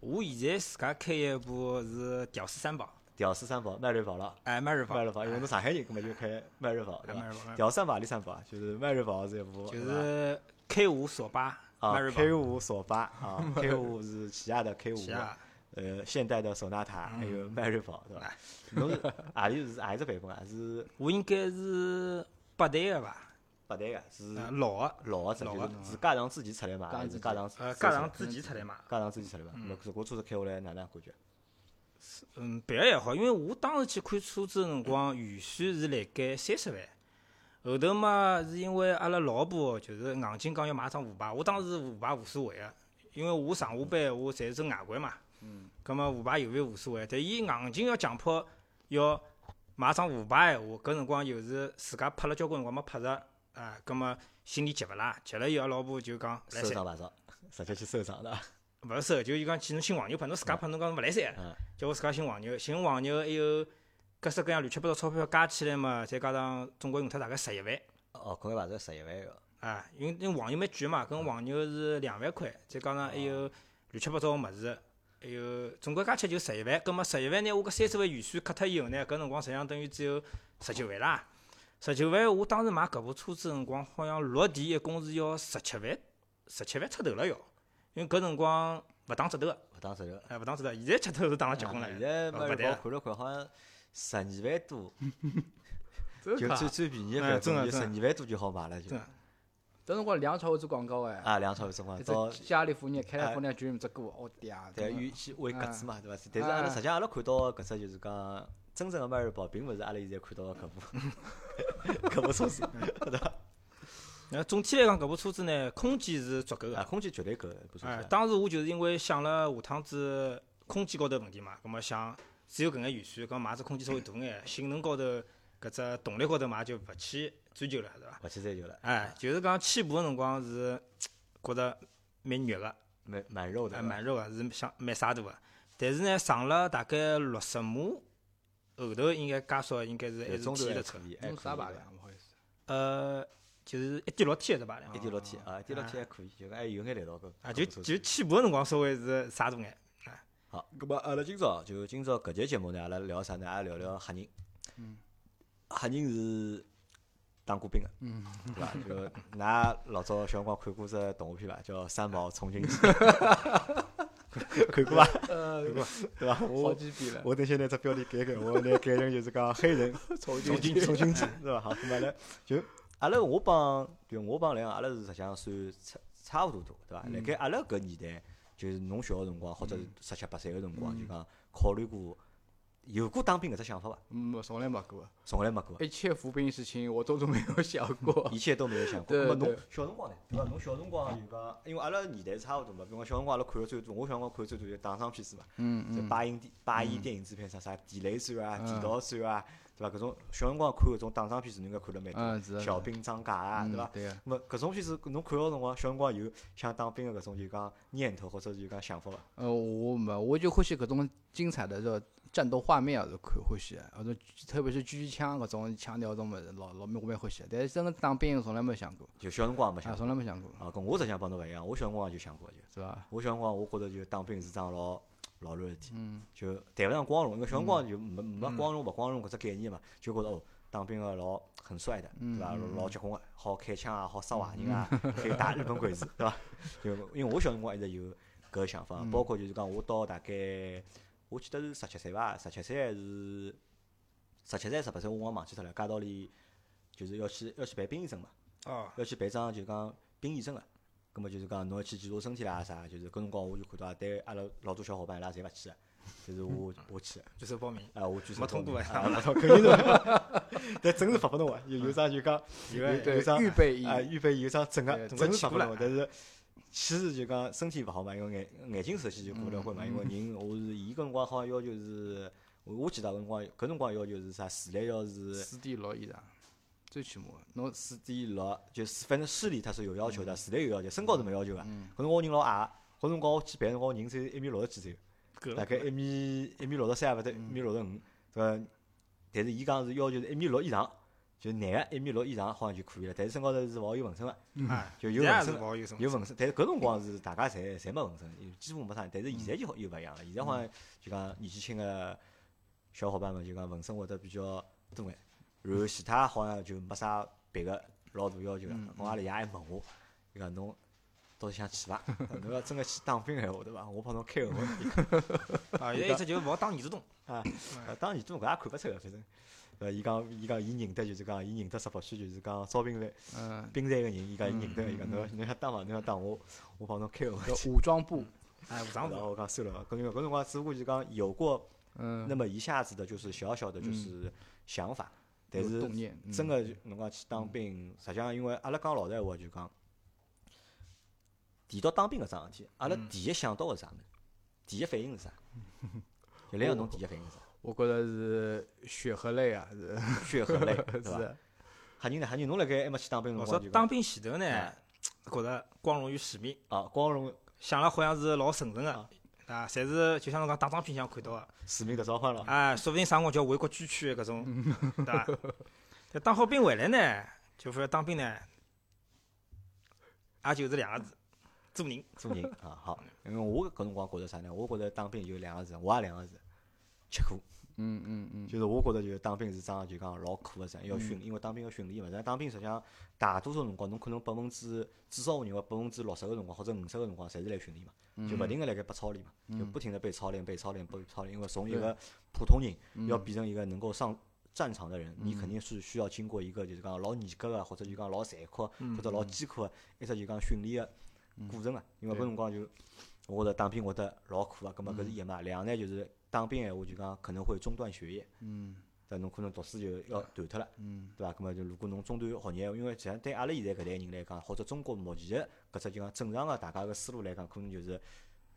[SPEAKER 2] 我现在自家开一部是屌丝三宝，
[SPEAKER 1] 屌丝三宝，迈锐宝了，
[SPEAKER 2] 哎，迈锐宝，
[SPEAKER 1] 迈锐宝，因为侬上海人，搿么就开迈锐宝，对
[SPEAKER 2] 哎
[SPEAKER 1] 伐？
[SPEAKER 2] 迈锐宝，迈锐
[SPEAKER 1] 屌丝三宝阿里三宝啊，就是迈锐宝是一部，
[SPEAKER 2] 宝就
[SPEAKER 1] 对伐
[SPEAKER 2] 是 K 五索八，迈
[SPEAKER 1] 啊
[SPEAKER 2] 锐
[SPEAKER 1] ，K
[SPEAKER 2] 宝，
[SPEAKER 1] 五索八 啊，K 五是起亚的 K 五，
[SPEAKER 2] 起亚，
[SPEAKER 1] 呃，现代的索纳塔，还有
[SPEAKER 2] 嗯
[SPEAKER 1] 迈锐宝，对
[SPEAKER 2] 哎
[SPEAKER 1] 伐？侬是阿里是阿里只版本啊？是
[SPEAKER 2] 我应该是八代的吧，
[SPEAKER 1] 八代个，是
[SPEAKER 2] 呃老的，
[SPEAKER 1] 老个只
[SPEAKER 2] 老
[SPEAKER 1] 就
[SPEAKER 2] 个
[SPEAKER 1] 是是家长自己出来嘛，
[SPEAKER 3] 家
[SPEAKER 1] 还
[SPEAKER 3] 长
[SPEAKER 1] 是
[SPEAKER 3] 自己
[SPEAKER 1] 家长自
[SPEAKER 2] 呃，
[SPEAKER 1] 自己
[SPEAKER 2] 加嗯上
[SPEAKER 1] 出
[SPEAKER 2] 自己出来嘛，
[SPEAKER 1] 来家长自己出来嘛？那搿车子开下来哪能感觉？
[SPEAKER 2] 嗯，别个还好，因为我当时去看车子的辰光，预算是辣盖三十万。后头嘛，是因为阿拉老婆就是硬劲讲要买张虎牌，我当时虎牌无所谓个，啊因为我上下班我侪是外国嘛，嗯，葛末虎牌有勿无所谓，但伊硬劲要强迫要买张虎牌闲话，搿辰光又是自家拍了交关辰光没拍着啊，葛末心里急勿啦，急了以后阿拉老婆就讲来
[SPEAKER 1] 收
[SPEAKER 2] 三
[SPEAKER 1] 场牌照，直接去收场了。
[SPEAKER 2] 勿是收，就伊讲去侬寻黄牛拍，侬自家拍侬讲勿来三
[SPEAKER 1] 嗯，
[SPEAKER 2] 叫我自家寻黄牛，寻黄牛还有各式各样乱七八糟钞票加起来嘛，再加上总共用脱大概十一万
[SPEAKER 1] 哦，搿个牌照十一万个，
[SPEAKER 2] 啊，因为因为黄牛蛮贵嘛，跟黄牛是两万块，再加上还有乱七八糟个物事，还有总归加起来就十一万。葛末十一万呢，我搿三十万预算扣脱以后呢，搿辰光实际上等于只有十九万啦。十九万，我当时买搿部车子辰光，好像落地一共是要十七万，十七万出头了要，因为搿辰光勿打折头个。
[SPEAKER 1] 勿打折头。
[SPEAKER 2] 哎，勿当知道，现在吃头是打了结棍了
[SPEAKER 1] 啊现。在
[SPEAKER 2] 勿
[SPEAKER 1] 迈锐
[SPEAKER 2] 勿对
[SPEAKER 1] 宝
[SPEAKER 2] 啊
[SPEAKER 1] 看了看，好像十二万多，
[SPEAKER 3] 真
[SPEAKER 1] 就
[SPEAKER 3] 的
[SPEAKER 1] 最
[SPEAKER 3] 啊
[SPEAKER 1] 最便宜的
[SPEAKER 2] 哎
[SPEAKER 1] 版
[SPEAKER 2] 真
[SPEAKER 1] 本
[SPEAKER 2] 的
[SPEAKER 1] 就十
[SPEAKER 2] 真的
[SPEAKER 1] 二万多就好买了，就
[SPEAKER 2] 真的
[SPEAKER 3] 等辰光梁朝伟做广告哎，
[SPEAKER 1] 啊，两钞一辰光到哎
[SPEAKER 3] 一只加利福尼亚开来风那 dream 这歌，我天啊！
[SPEAKER 1] 对，
[SPEAKER 3] 真的
[SPEAKER 1] 预期为搿子嘛，
[SPEAKER 2] 嗯
[SPEAKER 1] 对伐？但是阿拉
[SPEAKER 3] 啊
[SPEAKER 1] 实际上阿拉看到搿只就是讲真正的迈锐宝，并勿是阿拉现在看到的搿部 搿部 车子，对伐？
[SPEAKER 2] 那总体来讲，搿部车子呢，空间是足够
[SPEAKER 1] 啊，
[SPEAKER 2] 个。
[SPEAKER 1] 空间绝对够的，不错啊
[SPEAKER 2] 哎，
[SPEAKER 1] 的。
[SPEAKER 2] 当时我就是因为想了下趟子空间高头问题嘛，葛末想只有搿眼预算，搿买只空间稍微大 眼，性能高头搿只动力高头嘛就勿去追求了，对伐？
[SPEAKER 1] 勿去追求了，
[SPEAKER 2] 哎，就是讲起步个辰光是觉着蛮肉个，
[SPEAKER 1] 蛮蛮肉的对
[SPEAKER 2] 哎，
[SPEAKER 1] 伐，
[SPEAKER 2] 蛮肉个，是想蛮杀大个。但是呢，上了大概六十码后头，应该加速应该是还
[SPEAKER 1] 对
[SPEAKER 2] 是
[SPEAKER 1] 中段还
[SPEAKER 2] 天的车
[SPEAKER 1] 可。以，还哎
[SPEAKER 3] 用
[SPEAKER 1] 可
[SPEAKER 3] 啥
[SPEAKER 1] 以
[SPEAKER 3] 排
[SPEAKER 1] 的
[SPEAKER 3] 量？不好意 思，
[SPEAKER 2] 呃，就是一点六 T 的吧？
[SPEAKER 1] 一点六 T 啊，一点六 T 还可以，就讲还有眼力道个。
[SPEAKER 2] 啊，
[SPEAKER 1] 搿
[SPEAKER 2] 就
[SPEAKER 1] 部车子
[SPEAKER 2] 就起步个辰光稍微是啥大眼，
[SPEAKER 1] 好，呃葛末阿拉今朝就今朝搿节节目呢，阿拉聊啥呢？阿拉聊聊黑人。嗯，黑人是当过兵个，嗯，对伐？就㑚老早小辰光看过只动画片伐？叫《三毛冲进去》， 看过伐？
[SPEAKER 3] 呃，
[SPEAKER 1] 对伐？
[SPEAKER 3] 好
[SPEAKER 1] 我
[SPEAKER 3] 几遍了，
[SPEAKER 1] 我等歇拿只标题改改，我拿改成就是讲黑人
[SPEAKER 3] 重
[SPEAKER 1] 重
[SPEAKER 3] 新
[SPEAKER 1] 金重 金子是吧？好，咁阿拉就阿拉我帮，就我帮两个，阿拉是实际上算差差勿多多，对伐？
[SPEAKER 3] 嗯
[SPEAKER 1] 辣盖阿拉搿年代，就是侬小个辰光，或者是十七八岁个辰
[SPEAKER 3] 嗯
[SPEAKER 1] 光，就讲考虑过有过当兵搿只想法伐？
[SPEAKER 3] 嗯，我从来没过，
[SPEAKER 1] 从来没过，
[SPEAKER 3] 一切服兵役事情我都是没有想 过。
[SPEAKER 1] 一切都没有想过。
[SPEAKER 3] 哦对
[SPEAKER 1] 那么侬
[SPEAKER 3] 对
[SPEAKER 1] 小辰光呢？对伐？侬小辰光就讲，因为阿拉年代差勿多嘛，比如讲小辰光阿拉看个最多，我小辰光看个最多就打仗片子嘛，
[SPEAKER 3] 嗯
[SPEAKER 1] 就八英电八一电影制片厂啥地雷战啊、地道战啊，对伐？搿种小辰光看搿种打仗片子，侬应该看了蛮
[SPEAKER 3] 嗯是
[SPEAKER 1] 多，
[SPEAKER 3] 的
[SPEAKER 1] 小兵张嘎啊，对伐？
[SPEAKER 3] 对啊，
[SPEAKER 1] 么搿种片子，侬看到辰光，小辰光有想当兵个搿种就讲念头或者就讲想法伐？
[SPEAKER 3] 呃，我没，我就欢喜搿种精彩的这战斗画面啊，是看欢喜的，搿种特别是狙击枪搿种枪调搿种物事，老老我蛮欢喜的。但是真的当兵从来没想过，
[SPEAKER 1] 就小辰光也没
[SPEAKER 3] 啊，
[SPEAKER 1] 想过
[SPEAKER 3] 从来没想过，
[SPEAKER 1] 啊，跟我实际上帮侬勿一样，我小辰光就想过就，
[SPEAKER 3] 是吧？
[SPEAKER 1] 我小辰光我觉着就当兵是桩老老卵事体，就谈勿上光荣，因为小辰光就没没光荣勿光荣搿只概念嘛，就觉着哦。当兵个老很帅的，对伐？老老结棍个，好开枪啊，好杀坏人啊，可以打日本鬼子， 对伐？就因为我小辰光一直有搿个想法，包括就是讲我到大概，我记得是十七岁伐，十七岁还是十七岁、十八岁，我忘忘记脱了。街道里就是要去要去办兵役证嘛，
[SPEAKER 2] 哦，
[SPEAKER 1] 要去办张就讲兵役证个。葛么就是讲侬要去检查身体啦啥，就是搿辰光我就看到啊，对阿拉老多小伙伴伊拉侪勿去的，就是我我去的，
[SPEAKER 2] 举手报名，
[SPEAKER 1] 啊我举手
[SPEAKER 2] 没通
[SPEAKER 1] 报
[SPEAKER 2] 过
[SPEAKER 1] 名
[SPEAKER 2] 哎
[SPEAKER 1] 啊，没通肯定是没通， 但真是发拨侬个，有有啥就讲有个有啥
[SPEAKER 3] 对，预备役
[SPEAKER 1] 啊，预备有张整个
[SPEAKER 3] 对
[SPEAKER 1] 整个
[SPEAKER 2] 整个
[SPEAKER 1] 去
[SPEAKER 2] 起
[SPEAKER 1] 发
[SPEAKER 2] 不
[SPEAKER 1] 不
[SPEAKER 2] 来
[SPEAKER 1] 了，但是其实就讲身体勿好嘛，因为眼眼睛首先就过不了关嘛，因为人我是伊搿辰光好像要求是，我我记得搿辰光搿辰光要求是啥，视力要是
[SPEAKER 3] 四 D 六以上，最起码的侬
[SPEAKER 1] 四点六，就是反正视力它是有要求的，视力有要求，身高是没要求的。搿辰光人老矮，搿辰光我去办辰光人只有一米六十几左右。
[SPEAKER 2] 够
[SPEAKER 1] 大
[SPEAKER 2] 了
[SPEAKER 1] 概一米一米六十三勿对，一米六十五，对伐？但是伊讲是要求是一米六以上，就男个一米六以上好像就可以了。但是身高头是勿好有纹身个，
[SPEAKER 2] 啊，
[SPEAKER 1] 就有
[SPEAKER 2] 现
[SPEAKER 1] 纹
[SPEAKER 2] 在也是
[SPEAKER 1] 身
[SPEAKER 2] 勿
[SPEAKER 1] 个，
[SPEAKER 2] 好有什么
[SPEAKER 1] 有纹身。但是搿辰光是大家侪侪没纹身，几乎没啥。但是现在就好又勿一样了，现在好像就讲年纪轻个小伙伴们就讲纹身会得比较多眼，然后其他好像就没啥别个老大要求了。我阿拉爷还问我，伊讲侬。到底想去伐？ 侬要真个去当兵闲话对伐？我帮侬开个会。
[SPEAKER 2] 啊，现在意思就是勿好当严志东，
[SPEAKER 1] 啊，呃当然严总搿也看勿出个，反正，呃，伊讲伊讲伊认得就是讲伊认得石博区就是讲招兵来
[SPEAKER 3] 嗯，
[SPEAKER 1] 兵站个人，伊讲伊认得，伊讲侬要侬要打伐？侬要打我，我帮侬开个会
[SPEAKER 3] 叫
[SPEAKER 1] 去。
[SPEAKER 3] 武装部，
[SPEAKER 2] 哎，武
[SPEAKER 1] 然
[SPEAKER 2] 常
[SPEAKER 1] 后
[SPEAKER 2] 武，
[SPEAKER 1] 我讲算了，搿辰光搿辰光只不过就讲有过
[SPEAKER 3] 嗯，
[SPEAKER 1] 那么一下子的，就是小小的就是想法，但
[SPEAKER 3] 有
[SPEAKER 1] 是
[SPEAKER 3] 动念，嗯
[SPEAKER 1] 真个就侬讲去当兵，实际上因为阿拉讲老实闲话就讲，提到当兵搿桩事体，阿拉
[SPEAKER 3] 嗯
[SPEAKER 1] 第一想到个是啥呢？第一反应 是啥？就来个侬第一反应是啥？
[SPEAKER 3] 我觉着是血和泪啊，是
[SPEAKER 1] 血和 泪，对伐？
[SPEAKER 3] 是，哦
[SPEAKER 1] 吓人呢，吓人，侬辣盖还没去当兵辰
[SPEAKER 2] 我
[SPEAKER 1] 光
[SPEAKER 2] 说
[SPEAKER 1] 就讲
[SPEAKER 2] 当兵前头呢，觉着光荣与使命，
[SPEAKER 1] 啊，光荣
[SPEAKER 2] 想了好像是老神圣
[SPEAKER 1] 啊
[SPEAKER 2] 个。啊，侪是就像侬讲打仗片上看到个，
[SPEAKER 1] 使命的召 唤了。
[SPEAKER 2] 啊，说不定啥辰光叫为国捐躯的搿种， 对伐？但当好兵回来呢，就说当兵呢，也就是两个字，做人。
[SPEAKER 1] 做人啊，好，因为我搿辰光觉着啥呢？我觉着当兵就两个字，我也两个字，吃苦。
[SPEAKER 3] 嗯嗯嗯，
[SPEAKER 1] 就是我觉着就是当兵是桩就讲老苦个事，要训，因为当兵要训练嘛。但当兵实际上大多数辰光，侬可能百分之至少我认为百分之六十个辰光或者五十个辰光，侪是来训练嘛，就勿停个辣盖被操练
[SPEAKER 3] 嗯
[SPEAKER 1] 嘛，就不停的被操练、被操练、被操练。因为从一个普通人要变成一个能够上战场的人，你肯定是需要经过一个就是讲老严格啊个，或者就讲老残酷的，或者老艰苦个一只就讲训练个过程啊。因为搿辰光就我觉着当兵会得老苦啊，葛末搿是一嘛。两呢就是当兵闲话就讲可能会中断学业，嗯，但侬可能读书就要断脱了，嗯，对伐？葛末就如果侬中断学业，因为实际上对阿拉现在搿代人来讲，或者中国目前的搿只就讲正常个大家个思路来讲，可能就是。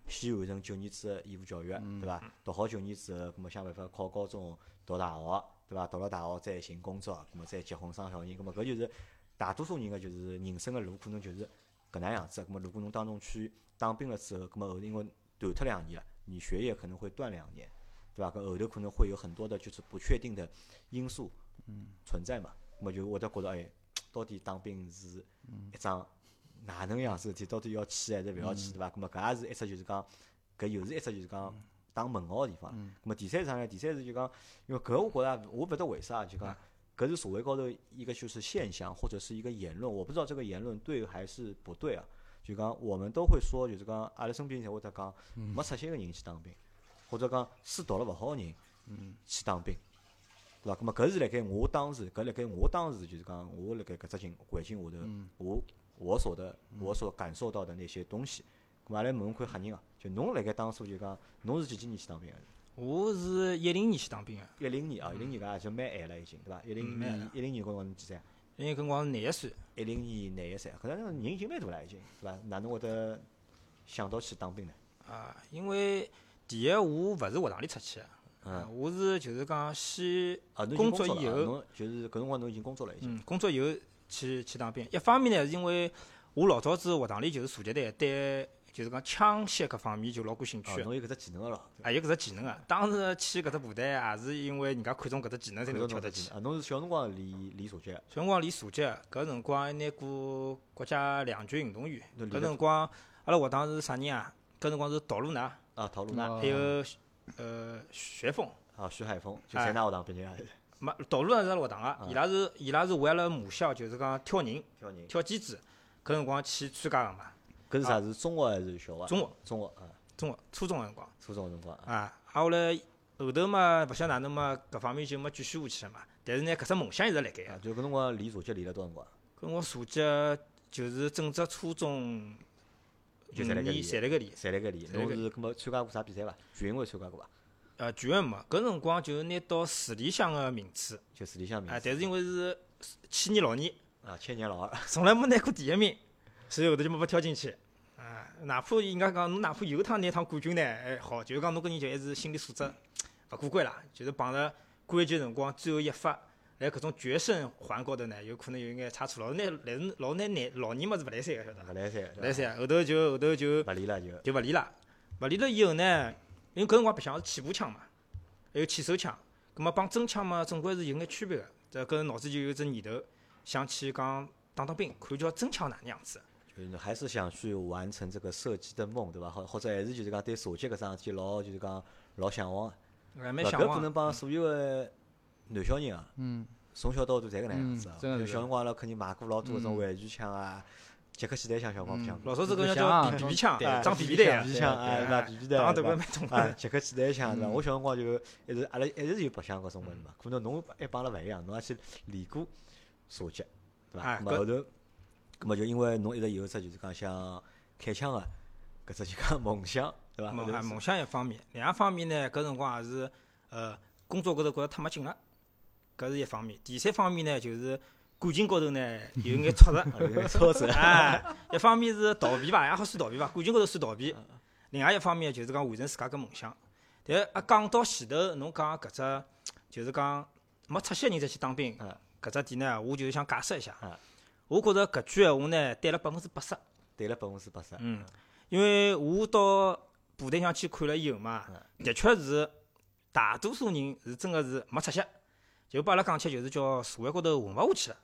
[SPEAKER 1] 先完成九年制的义务教育，对伐？读好九年之后，葛末想办法考高中、读大学，对伐？读了大学再寻工作，葛末再结婚生小人，葛末搿就是大多数人个就是人生个路，可能就是搿能样子。葛末如果侬当中去当兵了之后，葛末后头因为断脱两年了，你学业可能会断两年，对伐？搿后头可能会有很多的就是不确定的因素存在嘛。葛末就会得觉着，哎，到底当兵是一桩哪能样子事体？到底要去还是勿要去，对伐？葛末搿也是一只就是讲，搿又是一只就是讲打问号个地方。葛末第三是啥呢？第三是就讲，因为搿我觉着啊我勿晓得为啥就讲。搿是社会高头一个就是现象或者是一个言论，我不知道这个言论对还是不对啊。就讲我们都会说，就是讲阿拉身边侪会得讲，
[SPEAKER 2] 嗯
[SPEAKER 1] 没出息个人去当兵，或者讲书读了勿好个人
[SPEAKER 2] 嗯
[SPEAKER 1] 去当兵，对伐？咁么搿是辣盖我当时，搿辣盖我当时就是讲我辣盖搿只境环境下头，
[SPEAKER 2] 嗯
[SPEAKER 1] 我我所的我所感受到的那些东西。咁么阿拉问问看吓人啊，就侬辣盖当初就讲侬是几几年去当兵个？啊
[SPEAKER 2] 我是一零年去当兵个，
[SPEAKER 1] 一零年啊，一零年搿也就蛮晚了已经，对伐？一零
[SPEAKER 2] 嗯蛮晚
[SPEAKER 1] 年一零年辰光侬几岁啊？
[SPEAKER 2] 因为搿辰光是廿一岁，
[SPEAKER 1] 一零年廿一岁，搿能人已经蛮大了已经，对伐？哪能会得想到去当兵呢？
[SPEAKER 2] 啊，因为第一我勿是学堂里出去的，
[SPEAKER 1] 嗯
[SPEAKER 2] 啊，我是就是讲先
[SPEAKER 1] 啊，侬已经
[SPEAKER 2] 工
[SPEAKER 1] 作
[SPEAKER 2] 作
[SPEAKER 1] 了
[SPEAKER 2] 以
[SPEAKER 1] 啊，
[SPEAKER 2] 后
[SPEAKER 1] 侬就是搿辰光侬已经工作了已经。
[SPEAKER 2] 嗯，工作以后去去当兵。一方面呢，是因为我老早子学堂里就是坐级队，对就是讲枪械搿方面就老感兴
[SPEAKER 1] 哦
[SPEAKER 2] 趣，的，
[SPEAKER 1] 侬有搿只技能个咯。
[SPEAKER 2] 还有搿只技能啊。当时去搿只部队也是因为人家看中搿只技能才
[SPEAKER 1] 搿
[SPEAKER 2] 能
[SPEAKER 1] 个
[SPEAKER 2] 够
[SPEAKER 1] 侬
[SPEAKER 2] 跳
[SPEAKER 1] 只
[SPEAKER 2] 得
[SPEAKER 1] 技
[SPEAKER 2] 去。
[SPEAKER 1] 能啊，侬是小辰光练练射击，
[SPEAKER 2] 小辰光练射击，搿辰光还拿过国家两军运动员。
[SPEAKER 1] 侬
[SPEAKER 2] 搿
[SPEAKER 1] 练
[SPEAKER 2] 辰光阿拉学堂是啥人啊？搿辰光是陶露娜，
[SPEAKER 1] 啊，陶露娜
[SPEAKER 3] 哦
[SPEAKER 2] 还有呃旋风。
[SPEAKER 1] 啊，徐海峰，
[SPEAKER 2] 哎
[SPEAKER 1] 就侪㑚学堂毕业啊个，
[SPEAKER 2] 没，道路上是阿拉学堂
[SPEAKER 1] 啊
[SPEAKER 2] 个，伊拉是伊拉是为了母校，就是讲挑人、
[SPEAKER 1] 挑人。
[SPEAKER 2] 挑尖子，搿辰光去参加个嘛。
[SPEAKER 1] 搿是啥？是中学还是小学？
[SPEAKER 2] 中学，
[SPEAKER 1] 中学啊，
[SPEAKER 2] 中学初中个辰光
[SPEAKER 1] 初中个辰光啊。
[SPEAKER 2] 啊，啊后来后头嘛，勿晓得哪能嘛，搿方面就没
[SPEAKER 1] 嗯
[SPEAKER 2] 继续下去了嘛。但是呢，搿只梦想一直辣盖个啊
[SPEAKER 1] 啊，。就搿辰光练射击练了多少辰光？
[SPEAKER 2] 搿辰光暑假就是整只初中
[SPEAKER 1] 就
[SPEAKER 2] 五
[SPEAKER 1] 侪辣搿
[SPEAKER 2] 年
[SPEAKER 1] 里
[SPEAKER 2] 侪辣搿里，
[SPEAKER 1] 侪辣搿里。
[SPEAKER 2] 侪辣
[SPEAKER 1] 侬
[SPEAKER 2] 搿
[SPEAKER 1] 是搿么参加过啥比赛伐？全运会参加过伐？
[SPEAKER 2] 呃，全然没。搿辰光就是拿到市里向个名次，
[SPEAKER 1] 就市里向名
[SPEAKER 2] 啊，
[SPEAKER 1] 次
[SPEAKER 2] 但是因为是去年老年，
[SPEAKER 1] 啊，千年老 二，
[SPEAKER 2] 从来没拿过第一名，所以后头就没被挑进去。啊，哪怕人家讲侬哪怕有一趟拿一趟冠军呢，还好，就是讲侬搿人就还是心理素质勿过关啦，就是碰着关键辰光最后一发，辣搿种决胜环高头呢，有可能有眼差错，老是拿来是老拿难老年么子勿来三个晓得
[SPEAKER 1] 勿
[SPEAKER 2] 伐？
[SPEAKER 1] 来三，
[SPEAKER 2] 勿来三，后头就后头就
[SPEAKER 1] 勿理了就。
[SPEAKER 2] 就勿练了。勿练了以后呢，因为搿辰光白相是起步枪嘛，还有起手枪，葛末帮真枪嘛，总归是有眼区别个。这搿脑子就有一只念头，想去讲当当兵，看叫真枪哪能样子。
[SPEAKER 1] 就是还是想去完成这个射击的梦，对伐？或或者还是就是讲对射击搿桩事体老就是讲老向往的，
[SPEAKER 2] 还
[SPEAKER 1] 对
[SPEAKER 2] 蛮
[SPEAKER 1] 伐
[SPEAKER 2] 向
[SPEAKER 1] 搿可
[SPEAKER 2] 往。
[SPEAKER 1] 能帮所有的男小人啊，
[SPEAKER 3] 嗯，
[SPEAKER 1] 从小到大侪搿能样子啊。
[SPEAKER 3] 嗯真的
[SPEAKER 1] 就是小辰光阿拉肯定买过老多搿种玩具枪啊，捷克霰弹枪小辰光相过，
[SPEAKER 2] 老早子搿
[SPEAKER 3] 像啊
[SPEAKER 2] 叫皮皮枪，
[SPEAKER 1] 哎
[SPEAKER 2] 装嗯皮皮
[SPEAKER 1] 皮
[SPEAKER 2] 弹
[SPEAKER 1] 皮
[SPEAKER 2] 个，
[SPEAKER 1] 枪啊，对伐？
[SPEAKER 2] 对哎
[SPEAKER 1] 皮皮
[SPEAKER 2] 打
[SPEAKER 1] 弹，
[SPEAKER 2] 得
[SPEAKER 1] 对
[SPEAKER 2] 蛮
[SPEAKER 1] 伐？
[SPEAKER 2] 痛
[SPEAKER 1] 啊，
[SPEAKER 2] 个。
[SPEAKER 1] 捷克霰弹枪
[SPEAKER 2] 嗯
[SPEAKER 1] 对伐？我小辰光就一直阿拉一直有白相搿种物事嘛，可能侬还帮阿拉勿一样，侬也去练过射击，对伐？
[SPEAKER 2] 哎
[SPEAKER 1] 咾么
[SPEAKER 2] 搿
[SPEAKER 1] 后头，咾么就因为侬一直有一只就是讲想开枪个搿只就讲梦想，对伐？
[SPEAKER 2] 梦
[SPEAKER 1] 后头
[SPEAKER 2] 啊
[SPEAKER 1] 是
[SPEAKER 2] 梦想一方面，另一方面呢，搿辰光也是呃工作高头觉着太没劲了，搿是一方面。第三方面呢，就是感情高头呢有眼挫折。，
[SPEAKER 1] 啊 有点挫折
[SPEAKER 2] 哎，一方面是逃避伐，也好算逃避伐，感情高头算逃
[SPEAKER 1] 嗯
[SPEAKER 2] 避。另外一方面就是讲完成自家搿梦想。但啊，讲到前头，侬讲搿只就是讲没出息的人再去当兵
[SPEAKER 1] 嗯，
[SPEAKER 2] 搿只点呢，我就是想解释一下
[SPEAKER 1] 嗯。
[SPEAKER 2] 我觉着搿句闲话呢，对了百分之八十。
[SPEAKER 1] 对了百分之八十。
[SPEAKER 2] 嗯，因为我到部队上去看了以后嘛，的确是大多数人是真个是没出息，就把阿拉讲起来就是叫社会高头混勿下去了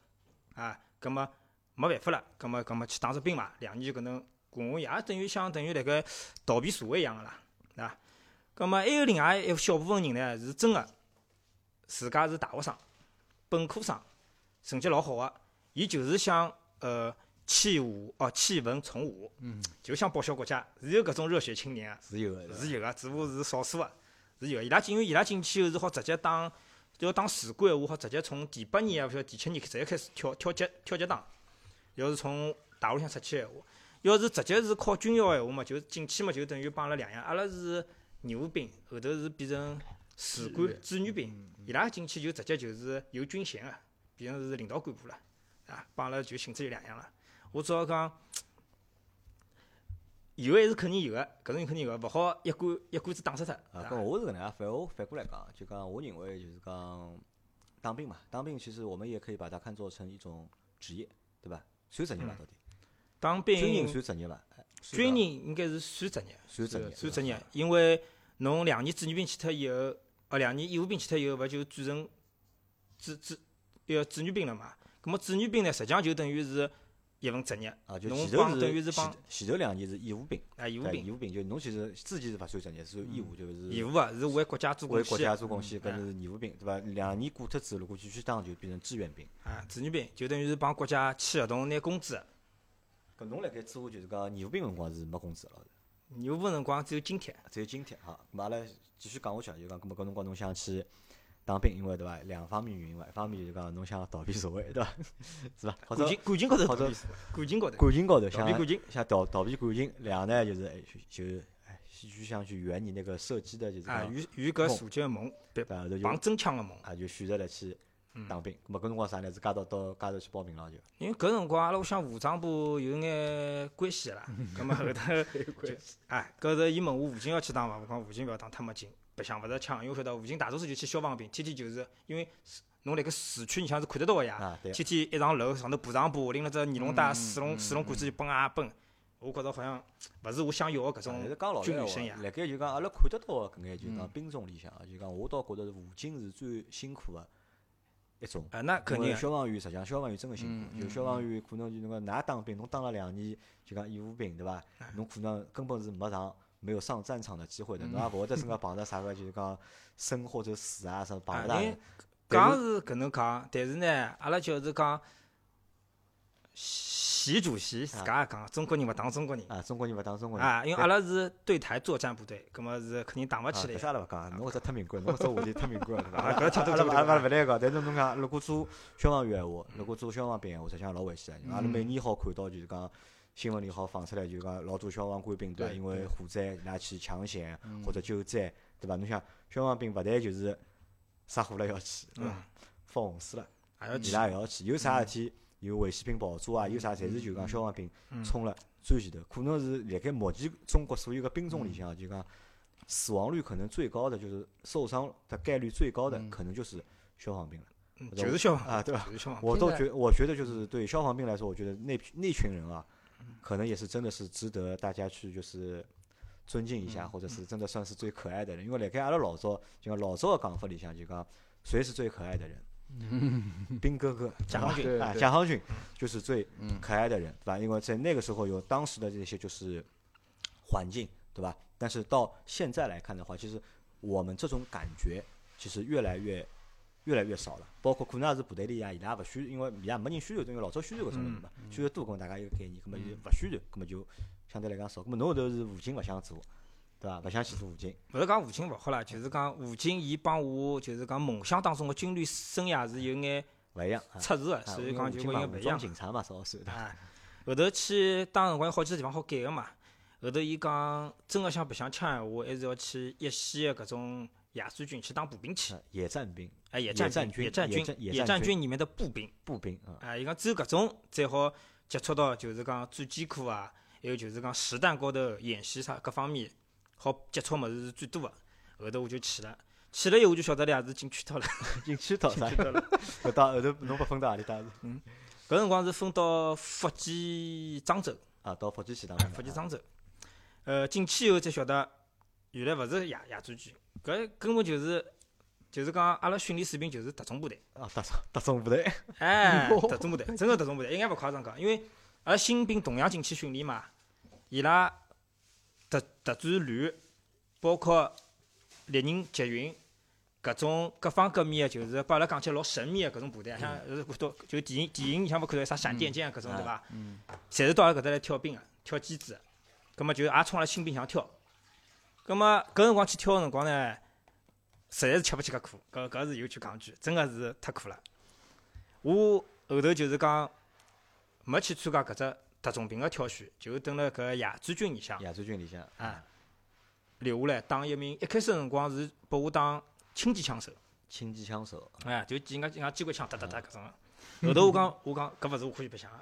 [SPEAKER 2] 啊。葛么没办法了，葛么葛么去当只兵嘛，两年就搿能混混，也等于相等于辣盖逃避社会一样个啦，对伐？葛么还有另外一小部分人呢，是真个自家是大学生、本科生，成绩老好个、伊就是想呃弃武哦弃文从武。就想报效国家，是有搿种热血青年啊，
[SPEAKER 1] 是有的，
[SPEAKER 2] 是有个，只不过是少数啊，是有个。伊拉进，因为伊拉进去后是好直接当，要当士官闲话，好直接从第八年啊，勿晓得第七年直接开始跳跳级跳级当。要是从大陆向出去闲话，要是直接是考军校闲话嘛，就进去嘛，就等于帮阿拉两样，阿拉是义务兵，后头是变成士官志愿兵，
[SPEAKER 1] 嗯
[SPEAKER 2] 伊拉进去就直接就是有军衔啊，变成是领导干部了，啊，帮阿拉就性质有两样了。我只好讲。有还是肯定有个，搿种人肯定有个，勿好一竿一竿子打死脱。
[SPEAKER 1] 啊，跟
[SPEAKER 2] 对伐
[SPEAKER 1] 我是搿能啊，反而我反过来讲，就讲我认为就是讲当兵嘛，当兵其实我们也可以把它看作成一种职业，对吧？算职业
[SPEAKER 2] 嗯
[SPEAKER 1] 伐？到底
[SPEAKER 2] 当
[SPEAKER 1] 军人
[SPEAKER 2] 兵
[SPEAKER 1] 算职业伐？
[SPEAKER 2] 军人应该是算职业，
[SPEAKER 1] 算职业，
[SPEAKER 3] 是
[SPEAKER 2] 算职
[SPEAKER 1] 啊
[SPEAKER 2] 业，因为侬两年志愿兵去脱以后，哦，两年义务兵去脱以后，勿就转成志志要志愿兵了嘛？葛么志愿兵呢，实际上就等于是一份职业，
[SPEAKER 1] 啊，就
[SPEAKER 2] 侬
[SPEAKER 1] 前
[SPEAKER 2] 帮
[SPEAKER 1] 头
[SPEAKER 2] 等于是
[SPEAKER 1] 前
[SPEAKER 2] 帮
[SPEAKER 1] 前头两年是义务兵，
[SPEAKER 2] 啊义务
[SPEAKER 1] 对
[SPEAKER 2] 兵，
[SPEAKER 1] 义务兵就是侬其实自己是勿算职业，是义务就是
[SPEAKER 2] 义务啊是为国家做贡
[SPEAKER 1] 为国
[SPEAKER 2] 献
[SPEAKER 1] 家
[SPEAKER 2] 啊
[SPEAKER 1] 做贡献，搿是义务兵，对伐？两年过脱之后，如果继续当就变成志愿兵。，
[SPEAKER 2] 志愿兵就等于是帮国家签合同拿工资的。
[SPEAKER 1] 搿侬辣盖做就是讲义务兵辰光是没工资的了。
[SPEAKER 2] 义务兵辰光只有津贴，
[SPEAKER 1] 只有津贴哈。咁阿拉继续讲下去，就讲，咁么搿辰光侬想去当兵，因为对伐？两方面原因伐，一方面就是讲侬想逃避社会，对伐？是伐？或者
[SPEAKER 2] 感情感情高头
[SPEAKER 1] 或者
[SPEAKER 2] 逃避，感情高头
[SPEAKER 1] 感情高头
[SPEAKER 2] 逃避
[SPEAKER 1] 想
[SPEAKER 2] 感情，
[SPEAKER 1] 想逃逃避感情，两呢就是哎就就哎戏剧想去圆你那个射击的，就是
[SPEAKER 2] 啊，
[SPEAKER 1] 讲，
[SPEAKER 2] 与与搿
[SPEAKER 1] 梦
[SPEAKER 2] 射击个梦，别
[SPEAKER 1] 对伐？就
[SPEAKER 2] 帮
[SPEAKER 1] 就
[SPEAKER 2] 真枪个梦。
[SPEAKER 1] 啊就选择了去
[SPEAKER 2] 嗯
[SPEAKER 1] 当兵。咁么搿辰光啥呢？是加到到加头去报名了就。
[SPEAKER 2] 因为搿辰光阿拉屋里向武长部有眼关系啦，
[SPEAKER 1] 嗯
[SPEAKER 2] 葛末后头 就哎，搿头伊问我武警要去打伐？我讲武警勿要打，太没劲，白相勿着枪，因为我晓得武警大多数就去消防兵，天天就是因为市侬辣盖市区里向是看得到个呀，
[SPEAKER 1] 啊，对。
[SPEAKER 2] 天天一上楼上头爬上爬，拎了只尼龙
[SPEAKER 1] 嗯
[SPEAKER 2] 带、水龙水龙管子就蹦啊蹦，我觉着好像勿是我想要个搿
[SPEAKER 1] 但
[SPEAKER 2] 种
[SPEAKER 1] 是讲老实
[SPEAKER 2] 军旅
[SPEAKER 1] 闲话
[SPEAKER 2] 生涯，嗯
[SPEAKER 1] 辣盖就讲阿拉看得到个搿眼就讲兵种里向啊，就讲我倒觉着武警是最辛苦个一种。
[SPEAKER 2] 啊，那肯
[SPEAKER 1] 因为
[SPEAKER 2] 定啊
[SPEAKER 1] 消防员实际上消防员真个辛苦，
[SPEAKER 3] 嗯
[SPEAKER 1] 就
[SPEAKER 3] 嗯
[SPEAKER 1] 消防员可能就那个㑚当兵，侬当了两年，就讲义务兵对伐？
[SPEAKER 2] 哎
[SPEAKER 1] 侬可能根本是没上没有上战场的机会的，
[SPEAKER 2] 嗯
[SPEAKER 1] 侬也勿会得身 高碰着啥个就是讲生或者死啊什么碰
[SPEAKER 2] 啊
[SPEAKER 1] 勿大
[SPEAKER 2] 因
[SPEAKER 1] 的
[SPEAKER 2] 为。讲是搿能讲，但是呢，阿拉就是讲，习主席自家也讲，中国人勿打中国人
[SPEAKER 1] 啊，中国人勿打中国人
[SPEAKER 2] 啊，因为阿拉是对台作战部队，葛么是肯定打勿
[SPEAKER 1] 啊
[SPEAKER 2] 起
[SPEAKER 1] 搿
[SPEAKER 2] 来
[SPEAKER 1] 啥阿拉勿讲，侬搿只太敏感，侬搿只话题太敏感了，对伐？嗯
[SPEAKER 2] 啊
[SPEAKER 1] 阿拉
[SPEAKER 2] 搿跳
[SPEAKER 1] 阿
[SPEAKER 2] 脱
[SPEAKER 1] 拉勿阿
[SPEAKER 2] 这个
[SPEAKER 1] 拉勿来搿，但是侬讲，如果做消防员闲话，如果做消防兵闲话，实际上老危险的。阿拉每年好看到就是讲新闻里好放出来，就是讲老多消防官兵对伐？嗯
[SPEAKER 3] 对
[SPEAKER 1] 因为
[SPEAKER 3] 对
[SPEAKER 1] 火灾伊拉去抢险或者救灾，对伐？侬想消防兵勿但就是杀火了要去，对伐
[SPEAKER 2] 嗯？
[SPEAKER 1] 放洪水了，
[SPEAKER 2] 还要
[SPEAKER 1] 伊
[SPEAKER 2] 去
[SPEAKER 1] 拉也要去。有啥事体？有卫士兵保驾啊，有啥侪是就是讲消防兵冲了最前头，可能是辣盖目前中国所有个兵种里向啊，就讲死亡率可能最高的，就是受伤的概率最高的，可能就是消防兵了
[SPEAKER 2] 嗯就是消防，
[SPEAKER 1] 啊，对吧？
[SPEAKER 2] 就是嗯消防。
[SPEAKER 1] 我都
[SPEAKER 3] 现在
[SPEAKER 1] 觉，我觉得就是对消防兵来说，我觉得那批那群人啊，
[SPEAKER 2] 嗯
[SPEAKER 1] 可能也是真的是值得大家去就是尊敬一下，
[SPEAKER 2] 嗯
[SPEAKER 1] 或者是真的算是最可爱的人。因为辣盖阿拉老早就讲老早的讲法里向就讲谁是最可爱的 人，兵哥哥
[SPEAKER 2] 解放军嗯
[SPEAKER 3] 对
[SPEAKER 1] 啊，
[SPEAKER 3] 对
[SPEAKER 1] 蒋方军就是最可爱的人，对吧？因为在那个时候有当时的这些就是环境，对吧？但是到现在来看的话，其实我们这种感觉其实越来越越来越少了。包括可能也是部队里啊，伊拉勿宣，因为伊拉没人宣传，因为老早宣传搿种东西嘛，
[SPEAKER 2] 嗯
[SPEAKER 1] 宣传多跟大家一个概念，葛末就勿宣传，葛末就相对来讲少。葛末侬后头是武警勿想做，对伐？勿想去做武警，
[SPEAKER 2] 勿是讲武警勿好啦，就是讲武警伊帮我就是讲梦想当中个军旅生涯是有眼
[SPEAKER 1] 勿一样啊。
[SPEAKER 2] 出入个，
[SPEAKER 1] 啊
[SPEAKER 2] 所以
[SPEAKER 1] 因为
[SPEAKER 2] 讲
[SPEAKER 1] 武
[SPEAKER 2] 就
[SPEAKER 1] 警
[SPEAKER 2] 会
[SPEAKER 1] 嘛
[SPEAKER 2] 有
[SPEAKER 1] 武
[SPEAKER 2] 勿一
[SPEAKER 1] 装
[SPEAKER 2] 样。
[SPEAKER 1] 警察嘛，少数 的。
[SPEAKER 2] 啊，后头去当辰光有好几个地方好改个嘛。后头伊讲真个想白相腔闲话，还是要去一线个搿种野战军去当步兵去。
[SPEAKER 1] 啊野战兵、
[SPEAKER 2] 哎，野
[SPEAKER 1] 野
[SPEAKER 2] 战
[SPEAKER 1] 战军
[SPEAKER 2] 军、嗯野战
[SPEAKER 1] 野
[SPEAKER 2] 军
[SPEAKER 1] 战、野
[SPEAKER 2] 野
[SPEAKER 1] 战
[SPEAKER 2] 战
[SPEAKER 1] 军
[SPEAKER 2] 军里面的步兵。
[SPEAKER 1] 步兵 啊，
[SPEAKER 2] 啊，伊讲只有搿种才好接触到，就是讲最艰苦啊，还有就是讲实弹高头演习啥各方面好接触物事是最多个。后头我就去了，去了以后我就晓得了，是进圈套了。
[SPEAKER 1] 进去到啥？ 搿到后头侬拨分到何里搭是？
[SPEAKER 2] 嗯搿辰光是分到福建漳州，
[SPEAKER 1] 啊，到福建去打工。
[SPEAKER 2] 福建漳州。呃，进去以后才晓得，原来勿是野野战军，搿根本就是就是讲阿拉训练水平就是特种部队。
[SPEAKER 1] 啊，特种特种部队。
[SPEAKER 2] 哎，特种部队，真个特种部队，应该勿夸张讲，因为阿拉新兵同样进去训练嘛，伊拉特特战旅，包括猎人集运，搿种各方各面的，就是把阿拉讲起来老神秘的搿种部队，像呃多就电影电影里向勿看到啥闪电啊舰搿种对伐？侪是到阿拉搿搭来挑兵个，挑机子的，葛末就也冲阿拉新兵上挑，葛末搿辰光去挑个辰光呢，实在是吃勿起搿苦，搿搿是有句讲句，真个是太苦了。我后头就是讲没去参加搿只特种兵个挑选，就蹲辣搿野战军里向
[SPEAKER 1] 野战军里向
[SPEAKER 2] 啊，留下来当一名。一开始的辰光是拨我当轻机枪手，
[SPEAKER 1] 轻机枪手，
[SPEAKER 2] 哎，就几人家机关枪哒哒哒搿种的。后头我讲我讲搿勿是我欢喜白相个。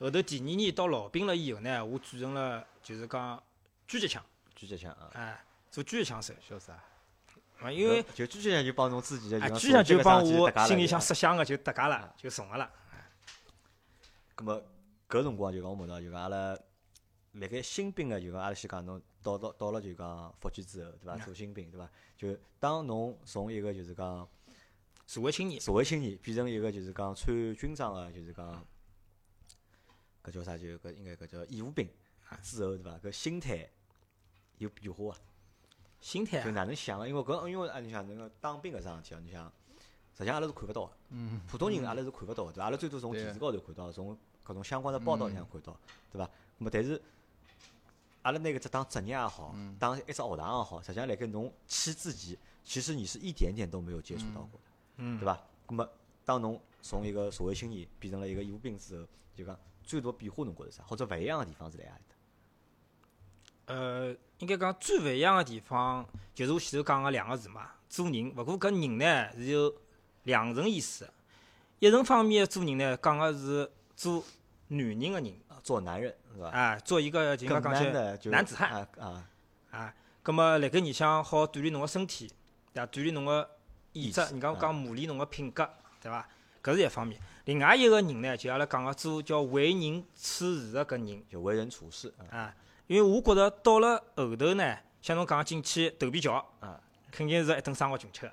[SPEAKER 2] 后头第二年到老兵了以后呢，我转成了就是讲狙击枪，
[SPEAKER 1] 狙击枪啊。
[SPEAKER 2] 哎，做狙击枪手，
[SPEAKER 3] 潇洒，
[SPEAKER 2] 啊，因为
[SPEAKER 1] 呃就狙击枪就帮侬自己的，
[SPEAKER 2] 哎，
[SPEAKER 1] 就
[SPEAKER 2] 狙击枪就帮我心里
[SPEAKER 1] 里
[SPEAKER 2] 向设想个就搭界了，就怂个了。
[SPEAKER 1] 咁么搿辰光就讲我问到就讲阿拉辣盖新兵个就讲阿拉先讲侬到到到了就讲福建之后对伐？
[SPEAKER 2] 嗯
[SPEAKER 1] 做新兵对伐？就当侬从一个就是讲
[SPEAKER 2] 社会青年，
[SPEAKER 1] 社会青年变成一个就是讲穿军装个就是讲搿叫啥就搿应该搿叫义务兵
[SPEAKER 2] 啊
[SPEAKER 1] 之后对伐？搿心态有变化伐？
[SPEAKER 2] 心态啊
[SPEAKER 1] 就哪能想啊？因为搿因为啊，你想那个当兵搿桩事体啊，你想，实际上阿拉是看勿到个，嗯，普通人阿拉是看勿到个，对伐？阿拉最多从
[SPEAKER 3] 对
[SPEAKER 1] 电视高头看到，从搿种相关的报道里向看到，对伐？那么但是，阿拉拿搿只当职业也好，当一只学堂也好，实际上辣盖侬去之前，其实你是一点点都没有接触到过的，
[SPEAKER 2] 嗯
[SPEAKER 1] 对伐？那么当侬从一个社会青年变成了一个义务兵之后，就讲最大变化侬觉着啥？或者勿一样个地方是辣何里搭？
[SPEAKER 2] 呃，应该讲最勿一样个地方，就是我前头讲个两个字嘛，做人。勿过搿人呢是有两层意思的，一层方面做人呢，讲个是做男人个人，
[SPEAKER 1] 啊做男人是伐？
[SPEAKER 2] 啊，做一个就
[SPEAKER 1] 更
[SPEAKER 2] 讲讲
[SPEAKER 1] 难的就
[SPEAKER 2] 起男子汉
[SPEAKER 1] 啊啊，
[SPEAKER 2] 啊。葛末辣盖里向好锻炼侬个身体，对伐？锻炼侬个意
[SPEAKER 1] 意
[SPEAKER 2] 志
[SPEAKER 1] 志，
[SPEAKER 2] 人家
[SPEAKER 1] 啊
[SPEAKER 2] 讲磨练侬个品格，对伐？搿是一方面。另外一个人呢，就阿拉讲个做叫为人处事个搿人。
[SPEAKER 1] 就为人处事啊。
[SPEAKER 2] 啊，因为我觉着到了后头呢，像侬讲进去头皮桥，
[SPEAKER 1] 啊，
[SPEAKER 2] 肯定是一顿生活穷吃的，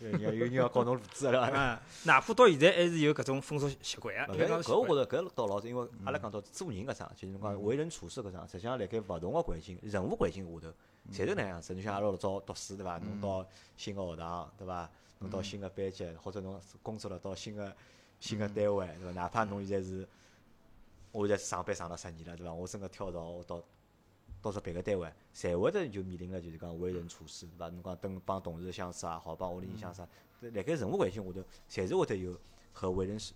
[SPEAKER 1] 有人要有人要搞侬路子 了是吧。
[SPEAKER 2] 啊，哪怕到现在还是有搿种风俗习惯啊。
[SPEAKER 1] 勿
[SPEAKER 2] 应该
[SPEAKER 1] 过
[SPEAKER 2] 讲
[SPEAKER 1] 搿我
[SPEAKER 2] 习惯
[SPEAKER 1] 觉着搿倒老是因为阿拉讲到做人搿桩，就是侬讲为人处事搿桩，实际上辣盖勿同个环境、任何环境下头，侪是那样子。你像阿拉老早读书对伐？侬到新个学堂对伐？侬到新个班级，或者侬工作了到新个新个单位对伐？哪怕侬现在是我现在上班上了十年了，对伐？我真个跳槽我到到是别个单位，侪会得就面临个就是讲为人处事，对伐？侬讲跟帮同事相处也好，帮屋里人相处啊，辣盖任何环境下头，侪是会得有和为人是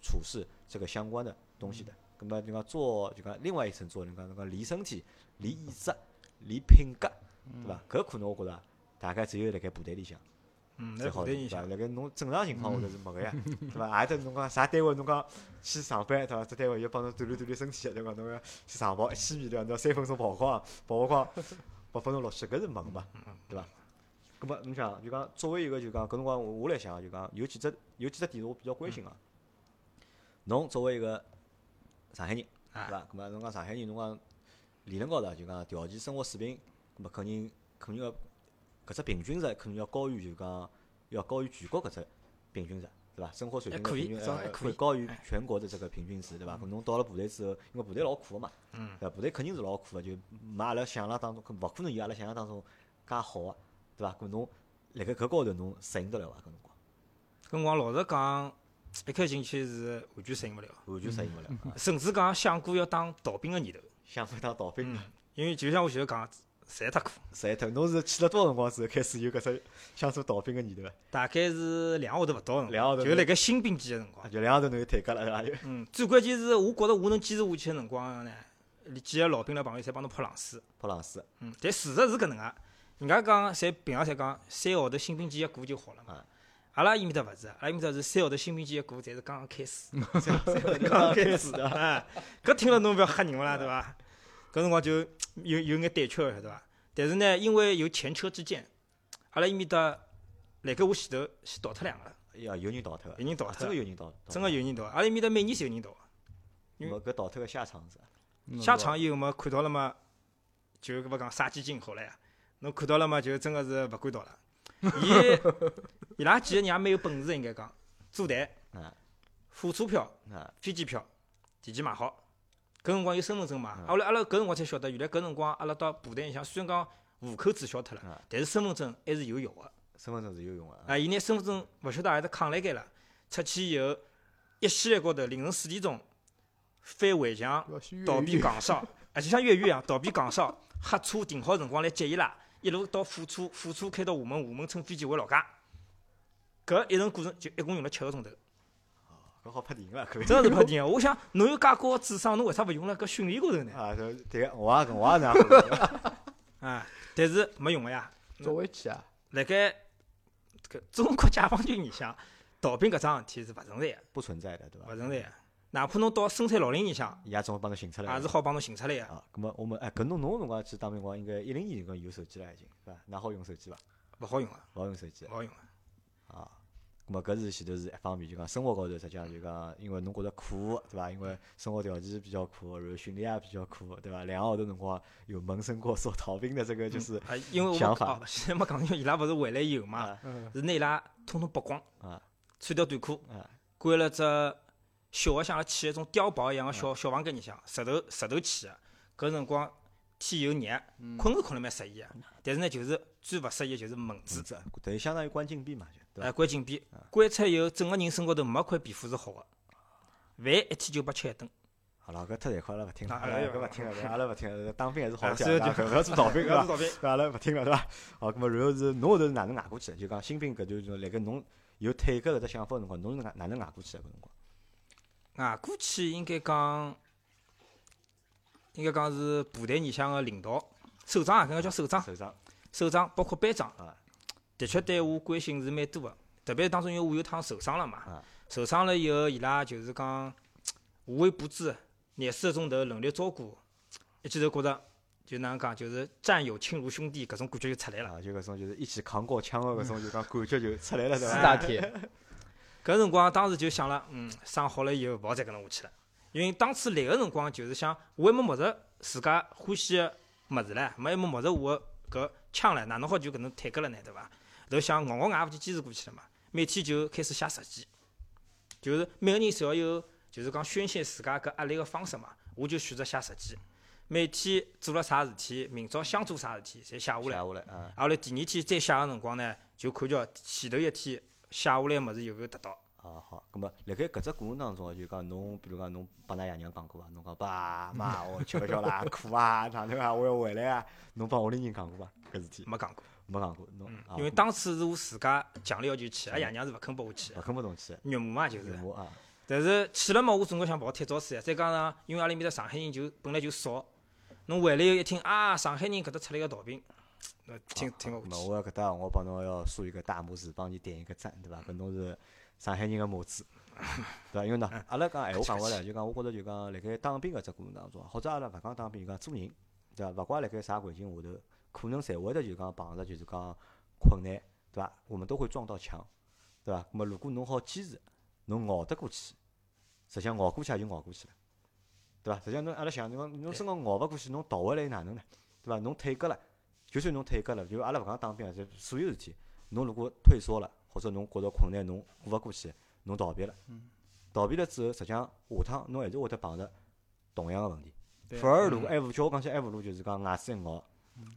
[SPEAKER 1] 处事这个相关的东西的。咁么就讲做就讲另外一层做，就讲就讲理身体、理意志、理品格，对伐？搿可能我觉着大概只有辣盖部队里向。
[SPEAKER 2] 嗯，
[SPEAKER 1] 最
[SPEAKER 2] 在
[SPEAKER 1] 好
[SPEAKER 2] 部
[SPEAKER 1] 的
[SPEAKER 2] 队里
[SPEAKER 1] 对伐？
[SPEAKER 2] 向，
[SPEAKER 1] 辣盖侬正常情况下头是没个呀， 对伐？也得侬讲啥单位侬讲去上班对伐？这单位要帮侬锻炼锻炼身体，对伐？侬要去长跑一千米对伐？侬要三分钟跑光，跑光八分钟落去，搿是没个嘛，对伐？搿么侬想就讲作为一个就讲搿辰光我我来想啊就讲有几只有几只点是我比较关心个。啊侬作为一个上海人，
[SPEAKER 2] 啊
[SPEAKER 1] 对伐？搿么侬讲上海人侬讲理论高头就讲条件生活水平，搿么肯定肯定要搿只平均值肯定要高于就讲要高于全国搿只平均值，对伐？生活水
[SPEAKER 2] 还
[SPEAKER 1] 平的
[SPEAKER 2] 哎可以
[SPEAKER 1] 平均
[SPEAKER 2] 至
[SPEAKER 1] 值
[SPEAKER 2] 少还
[SPEAKER 1] 呃
[SPEAKER 2] 可
[SPEAKER 1] 会
[SPEAKER 2] 以哎
[SPEAKER 1] 高于全国的这个平均值，对伐？搿侬到了部队之后，因为部队老苦个嘛，
[SPEAKER 2] 嗯
[SPEAKER 1] 对伐？部队肯定是老苦个，就没阿拉想象当中，勿可能有阿拉想象当中介好个，对伐？搿侬辣盖搿高头侬适应得了伐？搿辰光
[SPEAKER 2] 搿辰光老实讲，一开进去是完全适应勿了，
[SPEAKER 1] 完全适应勿了，啊
[SPEAKER 2] 甚至讲想过要当逃兵个念头，
[SPEAKER 1] 想勿当逃兵。
[SPEAKER 2] 因为就像我前头讲，侪太苦。
[SPEAKER 1] 晒头，侬是去了多少辰光之后开始有搿只想做逃兵个念头啊？
[SPEAKER 2] 大概是两个号头勿到的辰光，
[SPEAKER 1] 两个号头
[SPEAKER 2] 就辣盖新兵期个辰光。
[SPEAKER 1] 啊就两个头侬就退格了啊是伐？就
[SPEAKER 2] 嗯，最关键是我觉着我能坚持下去个辰光呢，几个老兵辣旁边侪帮侬泼冷水。
[SPEAKER 1] 泼冷水
[SPEAKER 2] 嗯，但事实是搿能介，人家讲侪平常侪讲三个号头新兵期一过就好了嘛
[SPEAKER 1] 啊。
[SPEAKER 2] 阿拉伊面搭勿是，阿拉伊面搭是三个号头新兵期一过，侪是刚刚开 始。
[SPEAKER 1] 刚开始啊，
[SPEAKER 2] 啊，搿听了侬勿要吓人勿啦，对伐？搿辰光就有有眼胆怯了，对伐？但是呢，因为有前车之鉴，阿拉伊面搭辣盖我前头先逃脱两个，
[SPEAKER 1] 呀，有人逃脱个，
[SPEAKER 2] 有人逃
[SPEAKER 1] 啊
[SPEAKER 2] 脱
[SPEAKER 1] 真个，有人逃，逃
[SPEAKER 2] 真个有人逃，阿拉伊面搭每年侪有人逃。有
[SPEAKER 1] 没搿逃脱个下场是啊，
[SPEAKER 2] 下场以后嘛，看到了嘛，就搿勿讲杀鸡儆猴了呀。侬看到了嘛，就真个是勿敢逃了。伊 伊拉几个人也蛮有本事，应该讲坐台
[SPEAKER 1] 啊、
[SPEAKER 2] 火车票、
[SPEAKER 1] 啊，
[SPEAKER 2] 飞机票提前买好。搿辰光有身份证嘛
[SPEAKER 1] 嗯？
[SPEAKER 2] 阿拉阿拉搿辰光才晓得，原来搿辰光阿拉到部队里向，虽然讲户口注销脱
[SPEAKER 1] 嗯
[SPEAKER 2] 了，但是身份证还是有效个。
[SPEAKER 1] 身份证是有用个啊，
[SPEAKER 2] 啊，伊拿身份证勿晓得阿是扛辣盖了，出去以后一系列高头凌晨四点钟翻围墙。
[SPEAKER 3] 倒
[SPEAKER 2] 倒闭岗哨，啊，就像越狱一样，倒闭岗哨，黑车停好辰光来接伊拉，一路到火车，火车开到厦门，厦门乘飞机回老家。搿一程过程就一共用了七个钟头，
[SPEAKER 1] 啊搿好拍电影了， 可以。
[SPEAKER 2] 真的是拍电影。我想侬有介高的智商，侬为啥勿用辣搿训练高头 呢？
[SPEAKER 1] 啊，就对个，我也搿我也拿过 来。
[SPEAKER 2] 啊，但是没用个呀。
[SPEAKER 3] 走回去啊！
[SPEAKER 2] 辣盖搿中国解放军里向，逃兵搿桩事体是勿存在的，
[SPEAKER 1] 不存在的对伐？
[SPEAKER 2] 勿存在的。哪怕侬到深山老林里向，
[SPEAKER 1] 伊也总会帮侬寻出来。
[SPEAKER 2] 也是好帮侬寻出来个，
[SPEAKER 1] 啊，搿么我们哎，搿侬侬辰光去当兵辰光，应该一零年辰光有手机了已经，对伐？哪好用手机伐？
[SPEAKER 2] 勿好用个，
[SPEAKER 1] 勿好用手机
[SPEAKER 2] 勿。好用个。
[SPEAKER 1] 啊，咁么搿是前头是一方面，就讲生活高头实际上就讲，因为侬觉着苦，对伐？因为生活条件比较苦，然后训练也比较苦，对伐？两个号头辰光有萌生过说逃兵的这个就是
[SPEAKER 2] 啊，因为我
[SPEAKER 1] 想
[SPEAKER 2] 们
[SPEAKER 1] 法
[SPEAKER 2] 哦， 现在没讲，因为伊拉勿是回来以后嘛，
[SPEAKER 3] 嗯，
[SPEAKER 2] 是拿伊拉统统剥光，
[SPEAKER 1] 啊
[SPEAKER 2] 穿条短裤，
[SPEAKER 1] 啊
[SPEAKER 2] 关了只小个像阿拉起一种碉堡
[SPEAKER 1] 啊
[SPEAKER 2] 一样个小小房间里向，石头石头起个。搿辰光天又热，
[SPEAKER 1] 嗯
[SPEAKER 2] 困是困了蛮适意个，但是呢，就是最勿适意的就是蚊子
[SPEAKER 1] 是，这等于相当于关禁闭嘛，就对啊
[SPEAKER 2] 哎，
[SPEAKER 1] 伐？
[SPEAKER 2] 关禁闭，关出以后，整个人身高头没块皮肤是好个，饭一天就拨吃一顿。
[SPEAKER 1] 好了，搿太残酷了，勿听了，
[SPEAKER 2] 啊
[SPEAKER 1] 阿拉
[SPEAKER 2] 哎呀
[SPEAKER 1] 搿勿听了，对伐阿拉勿听了，当兵还是好
[SPEAKER 2] 啊
[SPEAKER 1] 点
[SPEAKER 2] 所以
[SPEAKER 1] 儿，对伐 勿要做逃兵，对伐？
[SPEAKER 2] 照片，
[SPEAKER 1] 阿拉勿听了，对伐？好，咁么然后是侬后头是哪能捱过去的？就讲新兵搿就就辣盖侬有退搿搿只想法个辰光，侬是哪哪能捱过去的搿辰光？
[SPEAKER 2] 啊，过去应该讲，应该讲是部队里向个领导、首长啊，搿个叫首长。
[SPEAKER 1] 受伤
[SPEAKER 2] 首长包括班长
[SPEAKER 1] 啊，
[SPEAKER 2] 的确对我关心是蛮多个。特别是当中因为我有趟受伤了嘛
[SPEAKER 1] 啊，
[SPEAKER 2] 受伤了以后，伊拉就是讲无微不至，廿四个钟头轮流照顾，一记头觉着就哪能讲，就是战友亲如兄弟搿种感觉就出来了。
[SPEAKER 1] 啊，就搿种就是一起扛过枪个搿种，就讲感觉就出来了，
[SPEAKER 3] 四
[SPEAKER 1] 对伐？
[SPEAKER 3] 大铁，
[SPEAKER 2] 搿辰光当时就想了，嗯，伤好了以后勿好再搿能下去了，因为当初来个辰光就是想，我还没摸着自家欢喜个物事唻，没还没摸着我搿枪唻，哪能好就搿能退格了呢，对伐？后想咬咬牙勿就坚持过去了嘛，每天就开始写日记，就是每个人侪要有，就是讲宣泄自家搿压力个方式嘛，我就选择写日记，每天做了啥事体，明朝想做啥事体，侪写下来。
[SPEAKER 1] 下来啊，
[SPEAKER 2] 啊后来第二天再写个辰光呢，就看叫前头一天写下来个物事有没有达到。
[SPEAKER 1] 啊啊好，咁么辣盖搿只过程当中啊，就讲侬，比如讲侬帮㑚爷娘讲过伐？侬讲爸妈，我吃勿消啦， 苦啊，哪能啊，我要回来啊！侬帮屋里人讲过伐？搿事体
[SPEAKER 2] 没讲过，
[SPEAKER 1] 没讲过，侬
[SPEAKER 2] 嗯
[SPEAKER 1] 啊嗯
[SPEAKER 2] 因为当初是我自家强烈要求去，哎阿爷娘是勿肯拨我去的，
[SPEAKER 1] 勿肯拨侬去，
[SPEAKER 2] 肉麻嘛就是
[SPEAKER 1] 有。我啊，
[SPEAKER 2] 但是去了嘛，我总归想跑踢早市呀。再加上因为阿拉面搭上海人就本来就少，侬回来以后一听啊，上海人搿搭出来个逃兵，那听听勿
[SPEAKER 1] 咁
[SPEAKER 2] 下
[SPEAKER 1] 么
[SPEAKER 2] 去。
[SPEAKER 1] 啊我要搿搭我帮侬要竖一个大拇指，帮你点一个赞，对伐？搿侬是上海人个拇指，对伐？因为呢，阿拉讲闲话讲回来，就讲我觉着就讲辣盖当兵搿只过程当中啊，或者阿拉勿讲当兵，就讲做人，对伐？勿怪辣盖啥环境下头，可能侪会得就讲碰着就是讲困难，对伐？我们都会撞到墙，对伐？那么如果侬好坚持，侬熬得过去，实际上熬过去也就熬过去了，对伐？实际上侬阿拉想，侬讲侬真个熬勿过去，侬倒回来哪能呢？对伐？侬退格了，就算侬退格了，就阿拉勿讲当兵啊，就所有事体，侬如果退缩了，或者侬觉着困难，侬过勿过去，侬逃避了，逃避了之后，实际上下趟侬还是会得碰着同样个问题。
[SPEAKER 2] 对
[SPEAKER 1] 反而如果还勿叫我讲起，还勿如就是讲牙齿一咬，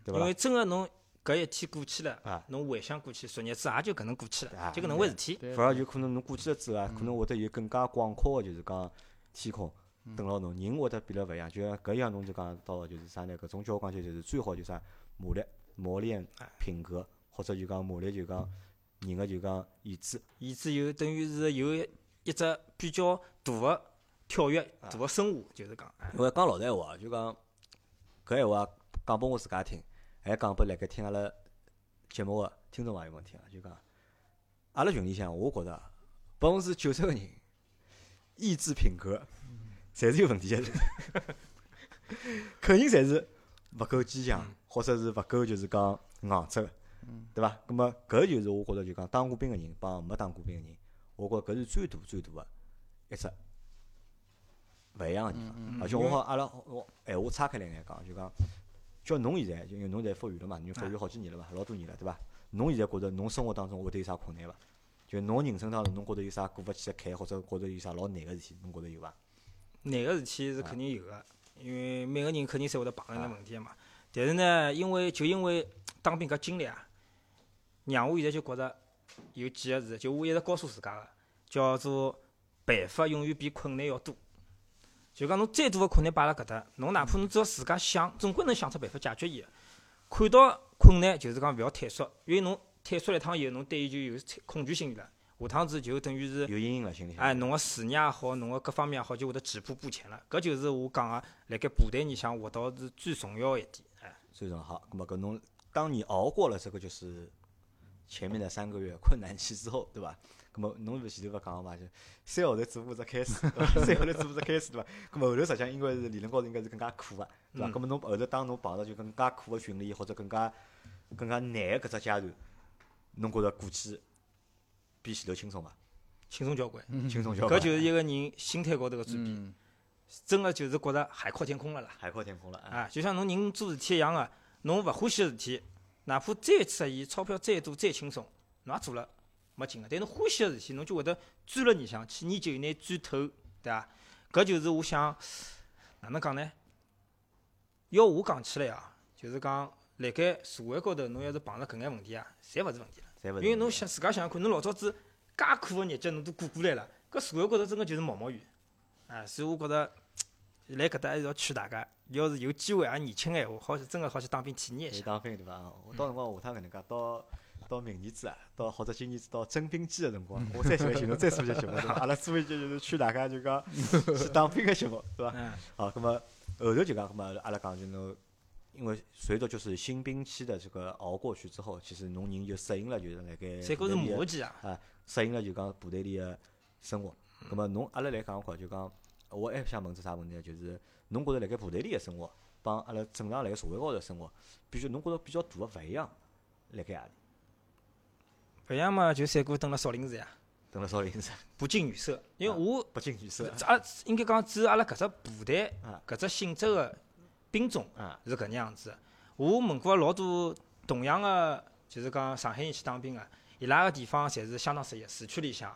[SPEAKER 1] 对伐？
[SPEAKER 2] 因为真个侬搿一天过去
[SPEAKER 1] 啊
[SPEAKER 2] 了，侬回想过去，昨日子也就搿能过去
[SPEAKER 1] 啊
[SPEAKER 2] 了，就搿能回事体。
[SPEAKER 3] 对
[SPEAKER 1] 反而有可能侬过去了之后啊，可能会得有更加广阔的，就是讲天空等牢侬。人会得变得勿一样，就像搿样侬就讲到就是啥呢？搿种交关就就是最好就是啥磨练磨练品格，或者就讲磨练就讲人个就讲意志。
[SPEAKER 2] 以至于等于是有一一只比较大个跳跃、
[SPEAKER 1] 啊
[SPEAKER 2] 大个升华，就是讲。
[SPEAKER 1] 因为讲老实闲话啊，就讲搿闲话讲拨我自家听，还讲拨辣盖听阿拉节目个听众朋友们听啊，就讲阿拉群里向，我觉着啊百分之九十个人意志品格侪是有问题个人， 肯定侪是勿够坚强，或者是勿够就是讲硬质个，对伐？咁么搿就是我觉着就讲当过兵个人帮没当过兵个人，我觉着搿是最大最大个一只勿一样个地方。而且我好阿拉我闲话岔开来眼讲，就讲叫侬现在，就因为侬现在复员了嘛，侬复员好几年了嘛，老多年了，对伐？侬现在觉着侬生活当中会得有啥困难伐？就侬人生当中，侬觉着有啥过勿去的坎，或者觉着有啥老难个事体，侬觉着有伐？
[SPEAKER 2] 难个事体是肯定有个，因为每个人肯定侪会得碰着眼问题个嘛。但是呢，因为就因为当兵搿经历啊，让我现在就觉着有几个字，就我一直告诉自家个，叫做办法永远比困难要多。就讲侬再大个困难摆辣搿搭，侬哪怕侬只要自家想，总归能想出办法解决伊个。看到困难就是讲勿要退缩，因为侬退缩了一趟以后，侬对伊就有恐惧心理了。下趟子就等于是
[SPEAKER 1] 有阴影了心里向。
[SPEAKER 2] 哎，侬个事业也好，侬个各方面也好，就会得止步不前了。搿就是我讲个，辣盖部队里向学到是最重要的一点。哎，
[SPEAKER 1] 所以说好，那么搿侬当你熬过了这个就是前面的三个月困难期之后，对伐？那么侬勿前头勿讲个嘛，就三号头只不过只开始，对伐 三号头只不过只开始，对伐？那么后头实际上应该是理论高头应该是更加苦个，对
[SPEAKER 2] 嗯
[SPEAKER 1] 伐？那么侬后头当侬碰到就更加苦个训练或者更加更加难个搿只阶段，侬觉着过去比前头轻松伐？
[SPEAKER 2] 轻松交关，
[SPEAKER 1] 轻嗯松交
[SPEAKER 2] 嗯搿
[SPEAKER 1] 关，
[SPEAKER 2] 就是一个人心态高头个转变，
[SPEAKER 3] 嗯，
[SPEAKER 2] 真个就是觉着海阔天空了啦。
[SPEAKER 1] 海阔天空了啊！
[SPEAKER 2] 啊，就像侬人做事体一样个，侬勿欢喜个事体，哪怕再适意，钞票再多再轻松，侬也做了没劲个。但侬欢喜个事体，侬就会得钻了里向去研究，拿钻透，对伐？搿就是我想哪能讲呢？要我讲起来啊，就是讲辣盖社会高头，侬要是碰着搿眼问题啊，侪勿是问题了。
[SPEAKER 1] 侪勿是
[SPEAKER 2] 因为侬
[SPEAKER 1] 问题
[SPEAKER 2] 想自家想想看，侬老早子介苦个日脚侬都过过来了，搿社会高头真个就是毛毛雨。啊，所以我觉着来搿搭还是要劝大家，要是有机会啊，年轻个闲话，好去真个好去当兵体验一
[SPEAKER 1] 去
[SPEAKER 2] 下。
[SPEAKER 1] 当兵对伐？啊我到辰光下趟搿能介，到到明年子啊，到或者今年子到征兵季个辰光，我再寻个节目，再做一节节目，对伐？阿拉做一节就是劝大家就 讲去当兵个节目，对伐？
[SPEAKER 2] 嗯，
[SPEAKER 1] 好，咁么后头就讲，咁么阿拉讲就侬，因为随着就是新兵期的这个熬过去之后，其实侬人就适应了，就是辣盖
[SPEAKER 2] 侪
[SPEAKER 1] 部队里
[SPEAKER 2] 搿是
[SPEAKER 1] 的
[SPEAKER 2] 磨叽啊。
[SPEAKER 1] 啊，适应了就讲部队里个生活。咁么侬阿拉来讲讲，就讲我还想问只啥问题呢？啊就是侬觉着辣盖部队里个生活，帮阿拉正常辣盖社会高头个生活，比较侬觉着比较大个勿一样，辣盖何里？
[SPEAKER 2] 勿像嘛，就三哥蹲辣少林寺呀，
[SPEAKER 1] 等了少 林寺，
[SPEAKER 2] 不近女色。因
[SPEAKER 1] 啊
[SPEAKER 2] 为我
[SPEAKER 1] 北京女士
[SPEAKER 2] 啊，应该讲只有阿拉搿只部队
[SPEAKER 1] 啊
[SPEAKER 2] 搿只性质个兵种
[SPEAKER 1] 啊
[SPEAKER 2] 是搿能样子的。我问过老多同样个，就是讲上海人去当兵个，伊拉个地方侪是相当适宜，市区里向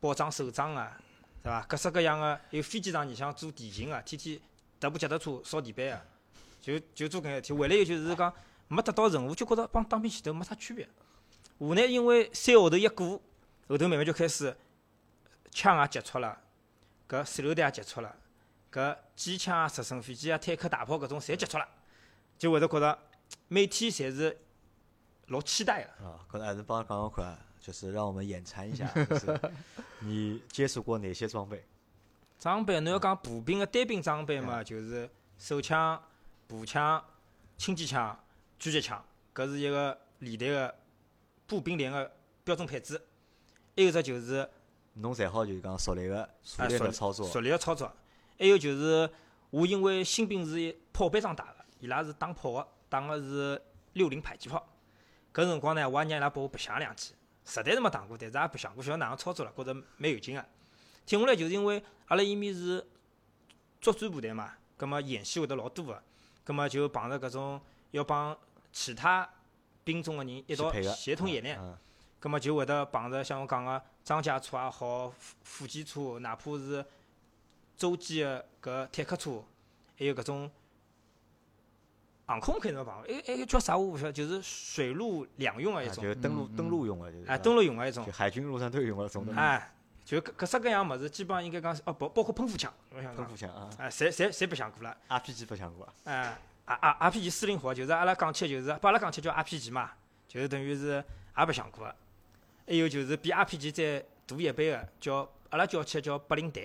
[SPEAKER 2] 保障首长啊，是伐？各式各样个，有飞机场里向做地勤个，天天踏部脚踏车扫地板个，就就做搿眼事体。回来以后就是讲没达到任务，就觉着帮当兵前头没啥区别。河南因为三号头一过，后头慢慢就开始枪也接触了，搿手榴弹也接触了，搿机枪啊、直升飞机啊、坦克、大炮搿种侪接触了，就会得觉着每天侪是老期待个。
[SPEAKER 1] 啊，可能还是帮刚刚看，就是让我们眼馋一下， 就是你接触过哪些装备？
[SPEAKER 2] 装备，侬要讲步兵个单兵装备嘛，就是手枪、步枪、轻机枪、狙击枪，搿是一个连队个步兵连个标准配置。还有只就是
[SPEAKER 1] 侬才好就是讲熟练个熟
[SPEAKER 2] 啊
[SPEAKER 1] 练
[SPEAKER 2] 熟
[SPEAKER 1] 的操作
[SPEAKER 2] 熟练个操作，还有就是我因为新兵是炮班上打个，伊拉是打炮个，打个是六零迫击炮。搿辰光呢，我也让伊拉拨我白相两记，实在是没打过，但是也白相过，晓得哪能操作了，觉着蛮有劲个。停下来就是因为阿拉伊面是作战部队嘛，葛末演习会得老多个，葛末就碰着搿种要帮其他兵种个人一
[SPEAKER 1] 去
[SPEAKER 2] 道
[SPEAKER 1] 配合
[SPEAKER 2] 协同演练。
[SPEAKER 1] 嗯
[SPEAKER 2] 葛末就会得碰着像我讲个装甲车也好，副副机车，哪怕是洲际个搿坦克车，还有搿种航空肯定要碰，还还有叫啥我勿晓得，就是水陆两用个一
[SPEAKER 1] 啊就
[SPEAKER 2] 种，
[SPEAKER 1] 是登陆
[SPEAKER 3] 嗯
[SPEAKER 1] 登陆用的，就是啊
[SPEAKER 2] 哎，登陆用个一种
[SPEAKER 1] 就，海军陆战队用的，种的
[SPEAKER 2] 哎，就搿各式各样物事，基本上应该讲是哦，包包括喷火枪，我想
[SPEAKER 1] 喷
[SPEAKER 2] 讲
[SPEAKER 1] 火，枪啊
[SPEAKER 2] 哎，侪侪侪白相过了。
[SPEAKER 1] ，RPG 不想过啊，
[SPEAKER 2] 哎，R R R P G 四零好，就是阿拉讲起来就是，把阿拉讲起来叫 R P G 嘛，就是等于是也白相过个。还有就是比 R P G 再大一辈个，叫阿拉叫起来叫八零弹。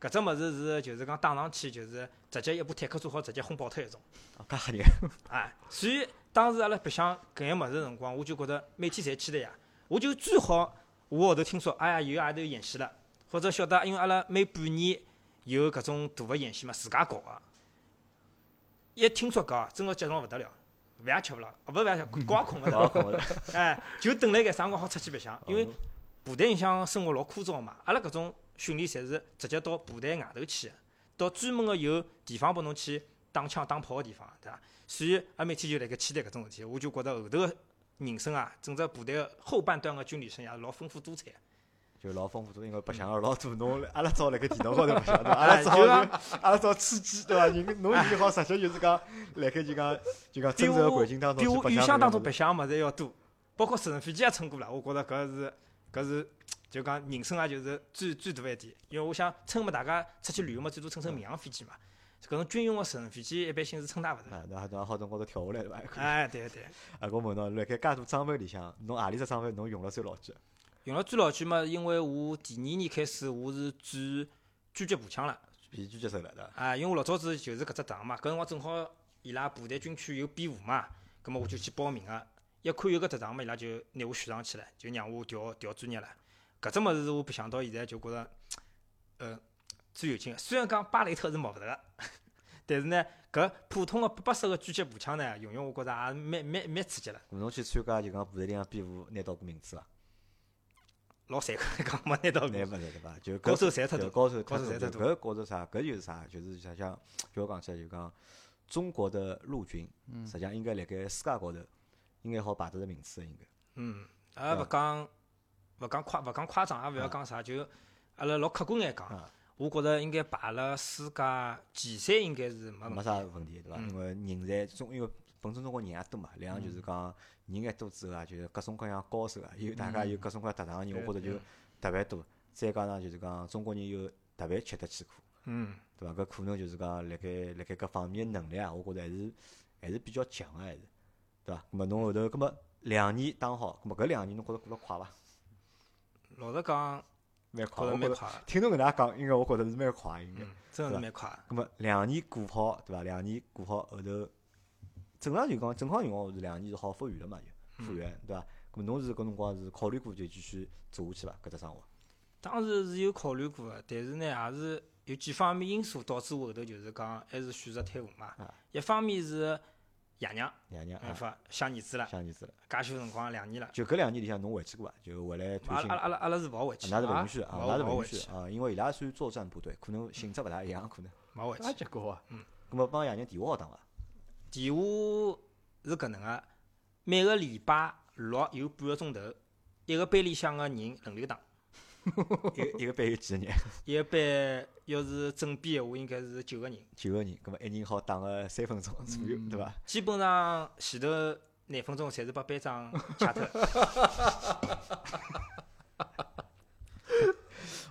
[SPEAKER 2] 搿只物事是就是讲打上去就是直接一部坦克车好直接轰爆脱一种。
[SPEAKER 1] 啊噶吓人
[SPEAKER 2] 哎，所以当时阿拉白相搿眼物事个辰光，我就觉得每天侪期待呀。我就最好下号头听说，哎呀，有阿头演习了，或者晓得，因为阿拉每半年有搿种大个演习嘛，自家搞个。一听说搿，真个激动勿得了，饭也吃勿了，勿是饭也吃，觉也困勿
[SPEAKER 1] 老
[SPEAKER 2] 着，
[SPEAKER 1] 恐怖了，
[SPEAKER 2] 哎，就等辣搿啥辰光好出去白相，因为
[SPEAKER 1] 哦
[SPEAKER 2] 部队里向生活老枯燥嘛，阿拉搿种训练侪是直接到部队外头去的，到专门个有地方拨侬去打枪打炮个地方，对伐？所以阿每天就辣盖期待搿种事体，我就觉着后头个人生啊，整只部队个后半段个军旅生涯老丰富多彩。
[SPEAKER 1] 就老丰富，因为白相个老多，侬阿拉早辣盖电脑高头白相，对伐阿
[SPEAKER 2] 哎
[SPEAKER 1] 拉早
[SPEAKER 2] 就
[SPEAKER 1] 就阿拉早吃鸡对伐？人侬现在好直接就是讲辣盖就讲就讲
[SPEAKER 2] 比
[SPEAKER 1] 真实个
[SPEAKER 2] 我
[SPEAKER 1] 环境当中
[SPEAKER 2] 比
[SPEAKER 1] 去
[SPEAKER 2] 我
[SPEAKER 1] 白
[SPEAKER 2] 预
[SPEAKER 1] 相
[SPEAKER 2] 想
[SPEAKER 1] 搿
[SPEAKER 2] 当
[SPEAKER 1] 种
[SPEAKER 2] 中
[SPEAKER 1] 物
[SPEAKER 2] 白相物事要多，包括直升飞机也乘过了，我觉着搿是搿是就讲人生啊，就是最最大一点。因为我想乘嘛，大家出去旅游嘛，最多乘乘
[SPEAKER 1] 嗯
[SPEAKER 2] 民航飞机嘛，搿种军用个直升飞机一般性是乘大勿
[SPEAKER 1] 事
[SPEAKER 2] 着。
[SPEAKER 1] 啊，然后然后好从高头跳下来对伐？
[SPEAKER 2] 哎，对对，
[SPEAKER 1] 啊，我问侬，辣盖介多装备里向，侬何里只装备侬用了最老几？
[SPEAKER 2] 用了最老句嘛，因为我第二年开始我是转狙击步枪了。
[SPEAKER 1] 比狙击手了对伐？
[SPEAKER 2] 啊，因为我老早子就是搿只党嘛，搿辰光正好伊拉部队军区有比武嘛，葛末我就去报名个。一看有搿只党嘛，伊拉就拿我选上去了，就让我调调专业了。搿只物事是我白相到现在就觉着，呃，最有劲个。虽然讲巴雷特是摸勿着个，但是呢，搿普通个八八式个狙击步枪呢，用用我觉着也蛮蛮蛮刺激了，
[SPEAKER 1] 侬去参加就讲部队里向比武，拿到过名次伐？
[SPEAKER 2] 老残酷来讲没拿到
[SPEAKER 1] 拿
[SPEAKER 2] 过，
[SPEAKER 1] 勿着对伐？就
[SPEAKER 2] 高
[SPEAKER 1] 搿
[SPEAKER 2] 手侪太
[SPEAKER 1] 对
[SPEAKER 2] 多。
[SPEAKER 1] 高手
[SPEAKER 2] 高
[SPEAKER 1] 高
[SPEAKER 2] 手
[SPEAKER 1] 手
[SPEAKER 2] 太
[SPEAKER 1] 太
[SPEAKER 2] 多
[SPEAKER 1] 多。搿高手啥？搿就是啥？就是想想，就我讲起来就讲，中国的陆军实际上应该辣盖世界高头应该好排得着名次的，应该。
[SPEAKER 2] 嗯，也勿讲勿讲夸勿讲夸张，也勿要讲啥，就阿拉老客观眼
[SPEAKER 1] 啊
[SPEAKER 2] 讲，我觉着应该排了世界前三，应该是没问
[SPEAKER 1] 没
[SPEAKER 2] 题。
[SPEAKER 1] 啥问题，对伐？
[SPEAKER 2] 嗯
[SPEAKER 1] 因为人才中，因为本身中国人也多嘛，两样就是讲人也多之后啊，就是各种各样高手啊，有大家有各种各样特长的人，我觉着就特别多。再加上就是讲中国人又特别吃得起苦，
[SPEAKER 2] 嗯，
[SPEAKER 1] 对伐？搿可能就是讲辣盖辣盖各方面能力啊，我觉着还是还是比较强啊个，还是对伐？咾么侬后头咾么两年打好，咾么搿两年侬觉着过得快伐？
[SPEAKER 2] 老实讲，
[SPEAKER 1] 蛮
[SPEAKER 2] 觉
[SPEAKER 1] 快，
[SPEAKER 2] 着
[SPEAKER 1] 我觉
[SPEAKER 2] 蛮
[SPEAKER 1] 着
[SPEAKER 2] 快的，
[SPEAKER 1] 听侬搿能介讲，应该我觉着是蛮快，应该。
[SPEAKER 2] 嗯，真
[SPEAKER 1] 对吧
[SPEAKER 2] 的是蛮快
[SPEAKER 1] 咁
[SPEAKER 2] 的。
[SPEAKER 1] 么两年过好，对伐？两年过好后头，正常情况正常情况下是两年是好复原了嘛，
[SPEAKER 2] 嗯
[SPEAKER 1] 就复原，对伐？咁么侬是搿辰光是考虑过就继续做下去伐？搿只生活
[SPEAKER 2] 当时是有考虑过的，但是呢，也是有几方面因素导致我后头就是讲还是选择退伍嘛
[SPEAKER 1] 啊。
[SPEAKER 2] 一方面是爷娘
[SPEAKER 1] 两年
[SPEAKER 2] 没
[SPEAKER 1] 啊，
[SPEAKER 2] 法想儿子了，
[SPEAKER 1] 想儿子了。
[SPEAKER 2] 介许多辰光两年了，
[SPEAKER 1] 就搿两年里向侬回去过伐？就回来
[SPEAKER 2] 阿
[SPEAKER 1] 探亲
[SPEAKER 2] 拉。阿拉阿拉是勿好回去，
[SPEAKER 1] 㑚是勿
[SPEAKER 3] 啊
[SPEAKER 1] 允许的啊，
[SPEAKER 2] 勿
[SPEAKER 1] 㑚是
[SPEAKER 2] 勿
[SPEAKER 1] 勿允
[SPEAKER 2] 回
[SPEAKER 1] 许
[SPEAKER 2] 去
[SPEAKER 1] 的啊，因为伊拉算作战部队，可能性质勿大一样，可能。
[SPEAKER 2] 没回去
[SPEAKER 3] 啊。结果啊，
[SPEAKER 1] 咁么帮爷娘电话好打伐？
[SPEAKER 2] 电话是搿能个，每个礼拜六有半个钟头，一个班里向个人轮流打。
[SPEAKER 1] 一个一个班有几个人？
[SPEAKER 2] 一个班要是整编闲话，应该是九个人。
[SPEAKER 1] 九个人，咁么一人好打个三分钟左右，对伐？
[SPEAKER 2] 基本上前头廿分钟侪是把班 长掐脱。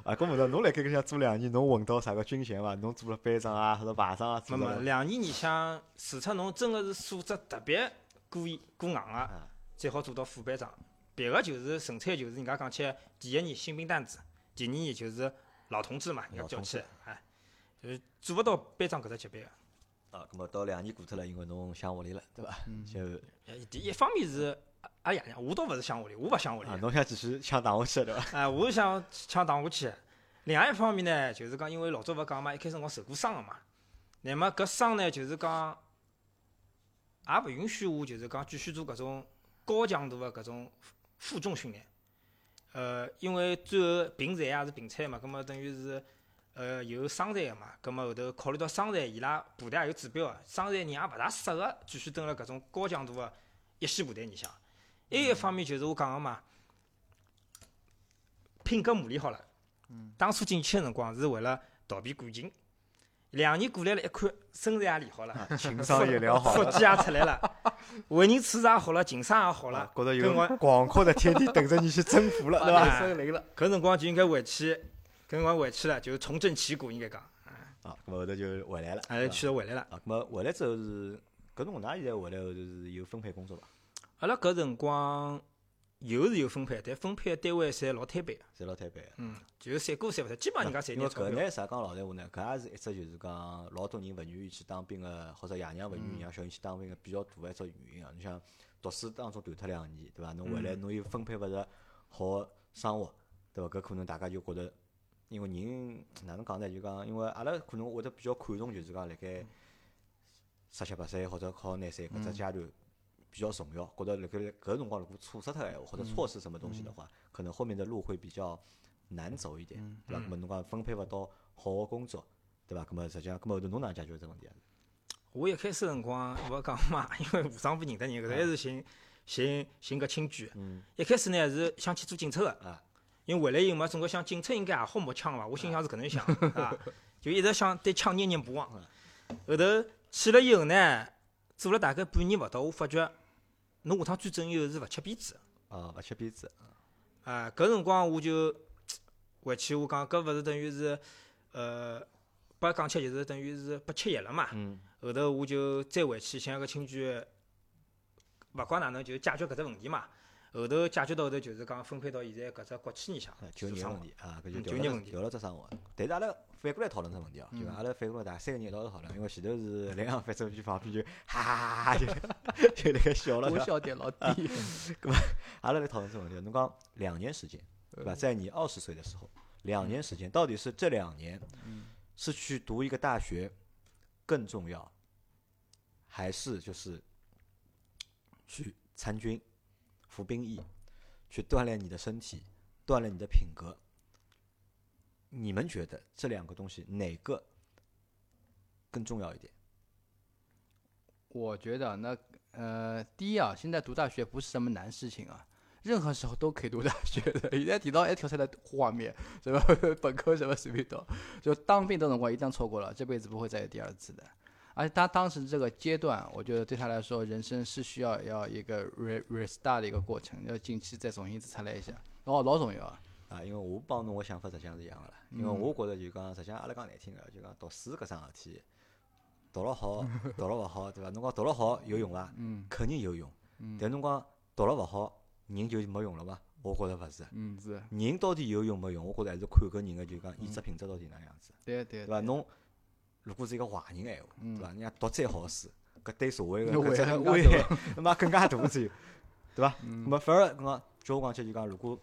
[SPEAKER 1] 啊，搿勿是侬辣盖搿里向做两年，侬混到啥个军衔伐？侬做了班长啊，或者排长啊，做
[SPEAKER 2] 没没，
[SPEAKER 1] 了
[SPEAKER 2] 两年里向，除脱侬真个是素质特别过硬过硬个
[SPEAKER 1] 啊，
[SPEAKER 2] 才好做到副班长。别个就是纯粹就是人家讲起来，第一年新兵蛋子，第二年就是老同志嘛，人家叫起来，哎，就是做勿到班长搿只级别个。
[SPEAKER 1] 啊，搿么到两年过脱了，因为侬想屋里了，对伐？
[SPEAKER 3] 嗯
[SPEAKER 1] 就
[SPEAKER 2] 呃第一方面是阿阿爷娘，我倒勿是想屋里，我勿想屋里
[SPEAKER 1] 啊，，侬想继续想打下去 对伐？
[SPEAKER 2] 哎，我是想想打下去。另外一方面呢，就是讲，因为老早勿讲嘛，一开始我受过伤个嘛，那么搿伤呢，就是讲，也勿允许我就是讲继续做搿种高强度的搿种负重训练。呃，因为最后平残也是平残嘛，葛末等于是呃有伤残个嘛，葛末后头考虑到伤残，伊拉部队也有指标个，伤残人也勿大适合继续蹲辣搿种高强度个一线部队里向。还有一方面就是我讲个嘛，拼个马里好了。当初进去个辰光是为了逃避感情，两年过来了，一看身材也练好了，
[SPEAKER 1] 啊 情商也良好啊
[SPEAKER 2] 腹肌也出来 了，为人处事也好了，情商也好
[SPEAKER 1] 啊
[SPEAKER 2] 了，，
[SPEAKER 1] 觉着
[SPEAKER 2] 跟我
[SPEAKER 1] 有广阔的天地等着你去征服了，对
[SPEAKER 2] 吧
[SPEAKER 1] 伐？
[SPEAKER 2] 哎
[SPEAKER 3] 森林了，
[SPEAKER 2] 搿辰光就应该回去，搿辰光回去了，就是重振旗鼓，应该讲，
[SPEAKER 1] 啊，搿么后头就回来了，
[SPEAKER 2] 哎，
[SPEAKER 1] 对伐
[SPEAKER 2] 去了回来了。
[SPEAKER 1] 啊，搿么回来之后是，搿侬㑚现在回来后头是有分配工作伐？
[SPEAKER 2] 阿拉搿辰光有是有分配，但分配个单位侪老摊板，
[SPEAKER 1] 侪老太板。
[SPEAKER 2] 嗯，就是三哥三勿基本上人家侪
[SPEAKER 1] 因为
[SPEAKER 2] 拿钞
[SPEAKER 1] 搿
[SPEAKER 2] 票。
[SPEAKER 1] 呢啥讲老实话呢，搿也是一只就是讲老多人勿愿意去当兵个，或者爷娘勿愿
[SPEAKER 2] 嗯
[SPEAKER 1] 意让小人去当兵个比较大个一只原因啊。你想读书当中断脱两年，对伐？侬回
[SPEAKER 2] 嗯
[SPEAKER 1] 来侬又分配勿着好的生活，对伐？搿可能大家就觉得，因为人哪能讲呢？就讲因为阿拉可能会得比较看重，就是讲辣
[SPEAKER 2] 嗯
[SPEAKER 1] 盖十七八岁或者靠廿岁搿只阶段。比较重要，觉得辣盖搿辰光如果错失脱闲话，或者
[SPEAKER 2] 嗯
[SPEAKER 1] 错失什么东西的话，可能后面的路会比较难走一点，对伐？搿么侬讲分配勿到好个工作，对伐？搿么实际上，搿么后头侬哪能解决这问题啊？
[SPEAKER 2] 我一开始辰光勿讲嘛，因为武装部认得人，搿还是寻寻寻搿亲眷。一开始呢是想去做警察个，
[SPEAKER 1] 啊
[SPEAKER 2] 因为回来以后嘛，总归想警察应该也好摸枪伐？我心想是搿能想啊，就一直想对枪念念不忘。后头去了以后呢，做了大概半年勿到，我发觉侬下趟转正以后是勿吃鞭子的。
[SPEAKER 1] 啊，勿吃鞭子，
[SPEAKER 2] 啊，搿辰光我就回去，我讲搿勿是等于是，呃，拨讲起来就是等于是拨吃药了嘛。
[SPEAKER 1] 嗯
[SPEAKER 2] 后头我就再回去，想搿亲眷，勿管哪能就解决搿只问题嘛。后头解决到后头就是讲分配到现在搿只国企里向
[SPEAKER 1] 啊，就
[SPEAKER 2] 做
[SPEAKER 1] 业
[SPEAKER 2] 生
[SPEAKER 1] 问
[SPEAKER 2] 活。
[SPEAKER 1] 题啊，搿
[SPEAKER 2] 嗯
[SPEAKER 1] 就
[SPEAKER 2] 就
[SPEAKER 1] 聊
[SPEAKER 2] 业
[SPEAKER 1] 了
[SPEAKER 2] 问题
[SPEAKER 1] 聊了只生活。但是阿拉反过来讨论只问题哦，就讲阿拉反过来，大家三个人一道讨论，因为前头是林阳反正去旁边就哈哈哈哈就就辣盖笑了，
[SPEAKER 3] 我
[SPEAKER 1] 对伐？
[SPEAKER 3] 笑点 老低。
[SPEAKER 1] 阿拉来讨论这个问题，侬讲两年时间，对吧？在你二十岁的时候，两年时间到底是这两年是去读一个大学更重要，还是就是去参军、服兵役，去锻炼你的身体，锻炼你的品格？你们觉得这两个东西哪个更重要一点？
[SPEAKER 3] 我觉得那呃，第一啊，现在读大学不是什么难事情啊，任何时候都可以读大学的。现在提到一条出来的画面，什么 本科什么随便读，就当兵这种光一旦错过了，这辈子不会再有第二次的。而且他当时这个阶段，我觉得对他来说，人生是需要要一个 re restart 的一个过程，要近期再重新再来一下，老老重要啊。
[SPEAKER 1] 啊，因为我帮侬个想法实际上是一样个啦。因为我觉着就讲，实际上阿拉讲难听个，就讲读书搿桩事体，读了好，读了勿好，对伐？侬讲读了好有用伐？嗯，肯定有用。但侬讲读了勿好，人就没用了伐？我觉着勿是。
[SPEAKER 3] 嗯，是，
[SPEAKER 1] 人到底有用没用？我觉着还是看搿人个就讲意志品质到底哪样子，
[SPEAKER 3] 对对
[SPEAKER 1] 对
[SPEAKER 3] 嗯
[SPEAKER 1] 伐？侬如果是一个坏人个闲话，对伐？人家读再好个书，搿对社会个
[SPEAKER 3] 那
[SPEAKER 1] 搿
[SPEAKER 3] 危
[SPEAKER 1] 只
[SPEAKER 3] 害
[SPEAKER 1] 个
[SPEAKER 3] 更
[SPEAKER 1] 危
[SPEAKER 3] 大嗯
[SPEAKER 1] 害，他妈更加大只有。对伐？那么反而搿个，叫我讲起就讲，如果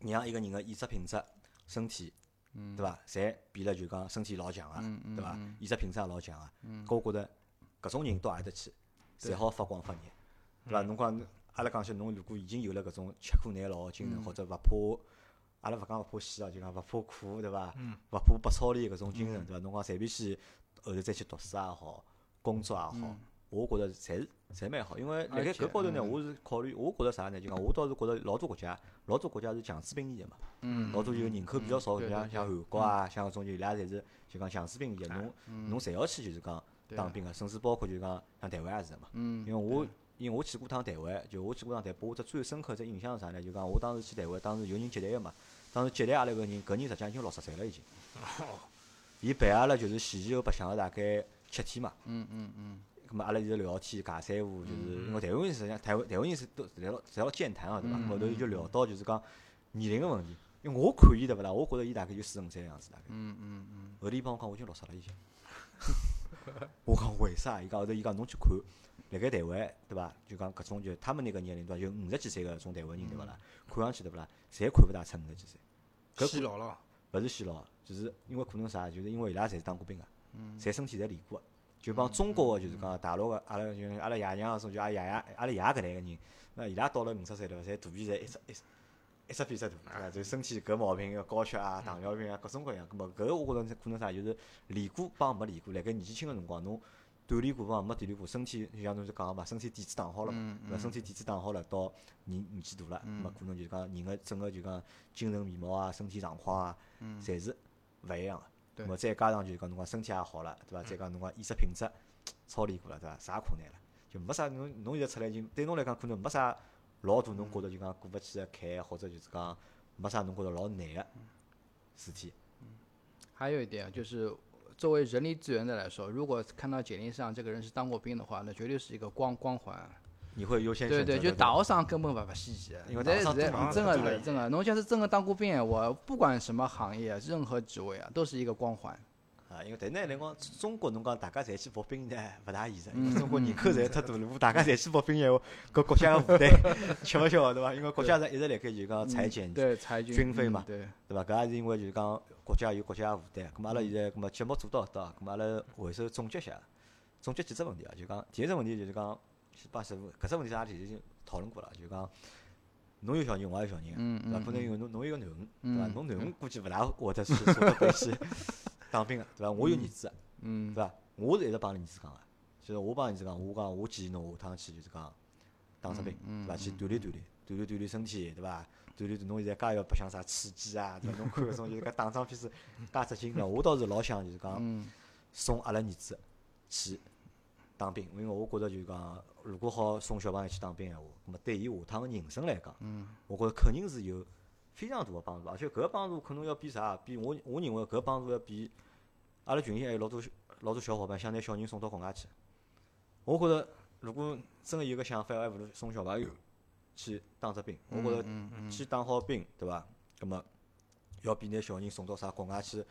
[SPEAKER 1] 让一个人个意志品质、身体，对伐？侪变了就讲身体老强
[SPEAKER 3] 嗯
[SPEAKER 1] 个，
[SPEAKER 3] 嗯
[SPEAKER 1] 对伐？意志品质也老强个，搿我觉着搿种人到何里搭去，侪好发光发热，对
[SPEAKER 3] 嗯
[SPEAKER 1] 伐？侬讲阿拉讲起，侬如果已经有了搿种吃苦耐劳个
[SPEAKER 3] 嗯
[SPEAKER 1] 精神，或者勿怕。阿拉勿讲勿怕死哦，就讲勿怕苦，对伐？
[SPEAKER 3] 嗯
[SPEAKER 1] 勿怕被操练搿种精神，对伐？侬讲随便去后头再去读书也好，工作也好，我觉着侪是侪蛮好，因为辣
[SPEAKER 3] 嗯而
[SPEAKER 1] 盖
[SPEAKER 3] 且嗯
[SPEAKER 1] 搿高头呢，我是考虑，我觉着啥呢？就讲我倒是觉着老多国家，老多国家是强制兵役的嘛，
[SPEAKER 3] 嗯，
[SPEAKER 1] 老多有人口比较少，
[SPEAKER 3] 对对
[SPEAKER 1] 像
[SPEAKER 3] 对嗯哎
[SPEAKER 1] 像韩国啊，像搿种就伊拉侪是就讲强制兵役的，侬侬侪要去就是讲
[SPEAKER 3] 对
[SPEAKER 1] 当
[SPEAKER 3] 的
[SPEAKER 1] 兵个，甚至包括就是讲像台湾也是的嘛。
[SPEAKER 3] 嗯
[SPEAKER 1] 因为我因为我去过趟台湾，就我去过趟台北，我只最深刻只印象是啥呢？就讲我当时去台湾，当时有人接待个嘛，当时接待阿拉搿人，搿人实际上已经六十岁了已经。
[SPEAKER 3] 哦
[SPEAKER 1] 伊陪阿拉就是前前后白相了大概七天嘛。
[SPEAKER 3] 嗯嗯嗯，
[SPEAKER 1] 咁么阿拉就聊天、尬三胡，就是因为台湾人实际上台湾台湾人是都侪老侪老健谈啊个对伐？
[SPEAKER 3] 嗯
[SPEAKER 1] 后头就聊到就是讲年龄个问题，因为我看伊对勿啦，我觉着伊大概就四五岁个样子大概。
[SPEAKER 3] 嗯嗯嗯，
[SPEAKER 1] 后头伊帮我讲我已经六十了已经。我讲为啥？伊讲后头伊讲侬去看，辣盖台湾对伐？就讲搿种就他们那个年龄段就五十几岁个种台湾人对勿啦？看上去对勿啦？侪看勿大出五十几岁。搿
[SPEAKER 2] 洗老了，
[SPEAKER 1] 勿是显老，就是因为可能啥，就是因为伊拉侪是当过兵个，
[SPEAKER 3] 嗯
[SPEAKER 1] 侪身体侪练过个，就帮中国个就是讲大陆个阿拉就阿拉爷娘啊，种就阿拉爷爷阿拉爷搿代个人，那伊拉到了五十岁了，侪肚皮侪一只一只一只比一只大，对伐？
[SPEAKER 3] 啊
[SPEAKER 1] 就身体搿毛病，啊高血
[SPEAKER 3] 嗯
[SPEAKER 1] 压、糖尿病啊，各种各样。搿么搿个我觉着可能啥，就是练过帮没练过，辣盖年纪轻个辰光侬。锻炼过帮没锻炼过，身体就像侬就讲个嘛，身体底子打好了嘛
[SPEAKER 3] 嗯，
[SPEAKER 1] 对伐？身体底子打好了，到年年纪大了，没可能就讲人个整个就讲精神面貌啊、身体状况啊，侪是勿一样个。
[SPEAKER 3] 嗯对嗯
[SPEAKER 1] 咾么再加上就是讲侬讲身体也好了，对伐？再讲侬讲意识品质操练过了，对伐？啥困难了？就没啥侬侬现在出来已经对侬来讲可能没啥老大侬觉着
[SPEAKER 3] 嗯
[SPEAKER 1] 就讲过勿去个坎，或者就是讲没啥侬觉着老难个
[SPEAKER 3] 嗯
[SPEAKER 1] 事体。
[SPEAKER 3] 还有一点啊就是。作为人力资源的来说，如果看到简历上这个人是当过兵的话，那绝对是一个光光环。
[SPEAKER 1] 你会优先选
[SPEAKER 3] 对
[SPEAKER 1] 择
[SPEAKER 3] 对，
[SPEAKER 1] 伐
[SPEAKER 3] 就打学生根本勿勿稀奇。
[SPEAKER 1] 因为打
[SPEAKER 3] 现
[SPEAKER 1] 学生
[SPEAKER 3] 在
[SPEAKER 1] 正常
[SPEAKER 3] 真的
[SPEAKER 2] 正常
[SPEAKER 3] 是真的，侬假使真的当过兵，我不管什么行业、任何职位啊，都是一个光环。
[SPEAKER 1] 啊，因为但呢，来讲中国侬讲大家侪去服兵役呢，勿大现实。
[SPEAKER 3] 嗯
[SPEAKER 1] 因为中国人口侪太大了，如果大家侪去服兵役，话，搿国家个负担 吃勿消，对伐？因为国家是一直辣盖就讲
[SPEAKER 3] 嗯
[SPEAKER 1] 裁减
[SPEAKER 3] 对裁军
[SPEAKER 1] 军费
[SPEAKER 3] 嗯
[SPEAKER 1] 嘛
[SPEAKER 3] 对，
[SPEAKER 1] 对伐？搿也是因为就是讲国家有国家个负担。咁阿
[SPEAKER 3] 嗯
[SPEAKER 1] 拉现在咁么节目做到搿搭，咁阿拉回首总结一下，总结几只问题啊，就讲第一只问题就是讲，先把什搿只问题是阿拉已经讨论过了，就讲侬有小人，我也有小人
[SPEAKER 3] 嗯
[SPEAKER 1] 啊，对伐？
[SPEAKER 3] 嗯
[SPEAKER 1] 可能因为侬侬有个囡恩，对
[SPEAKER 3] 嗯
[SPEAKER 1] 伐？侬囡恩估计勿大会得去舍得回去 当兵个，对伐？我有儿子啊，
[SPEAKER 3] 嗯
[SPEAKER 1] 对伐？我是一直帮儿子讲个，就是我帮儿子讲，我讲我建议侬下趟去就是讲当只兵，
[SPEAKER 3] 嗯
[SPEAKER 1] 对伐？去锻炼锻炼，锻炼锻炼身体，对伐？锻炼锻炼侬现在介要白相啥刺激啊，对伐？侬看搿种就是讲打仗片子介扎劲个，我倒是老想就是讲
[SPEAKER 3] 嗯
[SPEAKER 1] 送阿拉儿子去当兵，因为我觉着就是讲，如果好送小朋友去当兵闲话，那么对伊下趟个人生来讲，我觉着肯定是有非常大个帮助，而且搿个帮助可能要比啥，比我我认为搿个帮助要比阿拉群里还有老多小老多小伙伴想拿小人送到国外去。我觉着如果真个有个想法，还勿如送小朋友去当只兵。我觉着去当好兵，对伐？葛么要比拿小人送到啥国外去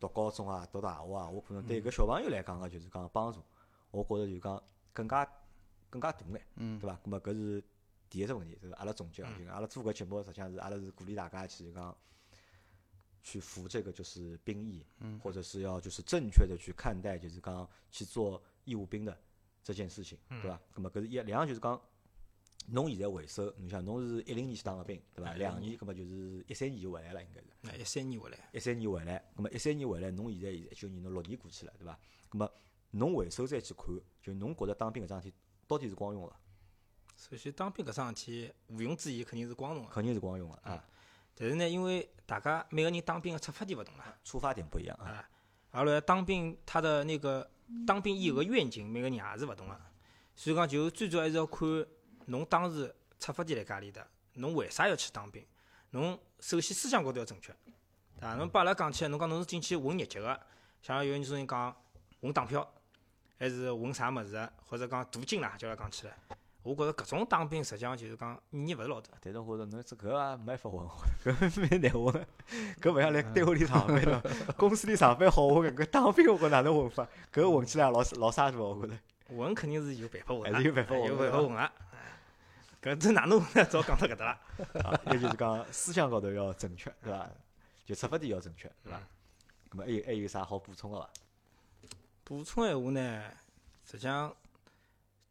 [SPEAKER 1] 读高中啊、读大学啊，我可能对搿小朋友来讲个就是讲帮助，我觉着就是讲更加更加大眼，
[SPEAKER 3] 嗯
[SPEAKER 1] 对伐？葛么搿是第一只问题，就是阿拉总结啊，就是阿拉做搿节目实际上是阿拉是鼓励大家去就讲去服这个就是兵役，或者是要就是正确的去看待，就是讲去做义务兵的这件事情，对伐？葛么搿是一两就是讲。侬现在回首，侬想侬是一零年去当个兵，对伐？
[SPEAKER 2] 哎
[SPEAKER 1] 两年，葛么就是一三年就回来了，应该是。
[SPEAKER 2] 那一三年回来，
[SPEAKER 1] 一三年回来，咁么一三年回来，侬现在现在一九年，侬六年过去了，对伐？咁么侬回首再去看，就侬觉着当兵搿桩事体到底是光荣个，
[SPEAKER 2] 首先当兵搿桩事体，毋庸置疑肯定是光荣个。
[SPEAKER 1] 肯定是光荣个啊，
[SPEAKER 2] 但是呢，因为大家每个人当兵的出发点勿同啊，
[SPEAKER 1] 出发点不一样啊，
[SPEAKER 2] 而来当兵他的那个当兵以后个愿景，每个人也是勿同个。所以讲，就最主要还是要看侬当时出发点辣何里搭，侬为啥要去当兵？侬首先思想高头要正确，对伐？侬把阿拉讲起来，侬讲侬是进去混业绩个，像有种人讲混党票，还是混啥物事啊，或者讲镀金啦，叫阿拉讲起来。我觉着搿种当兵实际上就是讲意义勿是老大，
[SPEAKER 1] 但是我觉着侬这搿啊也没法混， 搿蛮难混，搿勿像来单位里上班了，公司里上班好混，搿当兵我觉哪能混法？搿混起来也老老沙土，我觉着。
[SPEAKER 2] 混肯定是有办法混的，
[SPEAKER 1] 还是有办法混的
[SPEAKER 2] 有办法混个。搿这哪能 混呢？早讲到搿搭啦。
[SPEAKER 1] 啊，也就是讲思想高头要正确，对伐？就出发点要正确，对伐？咁么还有还有啥好补充个伐？
[SPEAKER 2] 补充闲话呢，实际上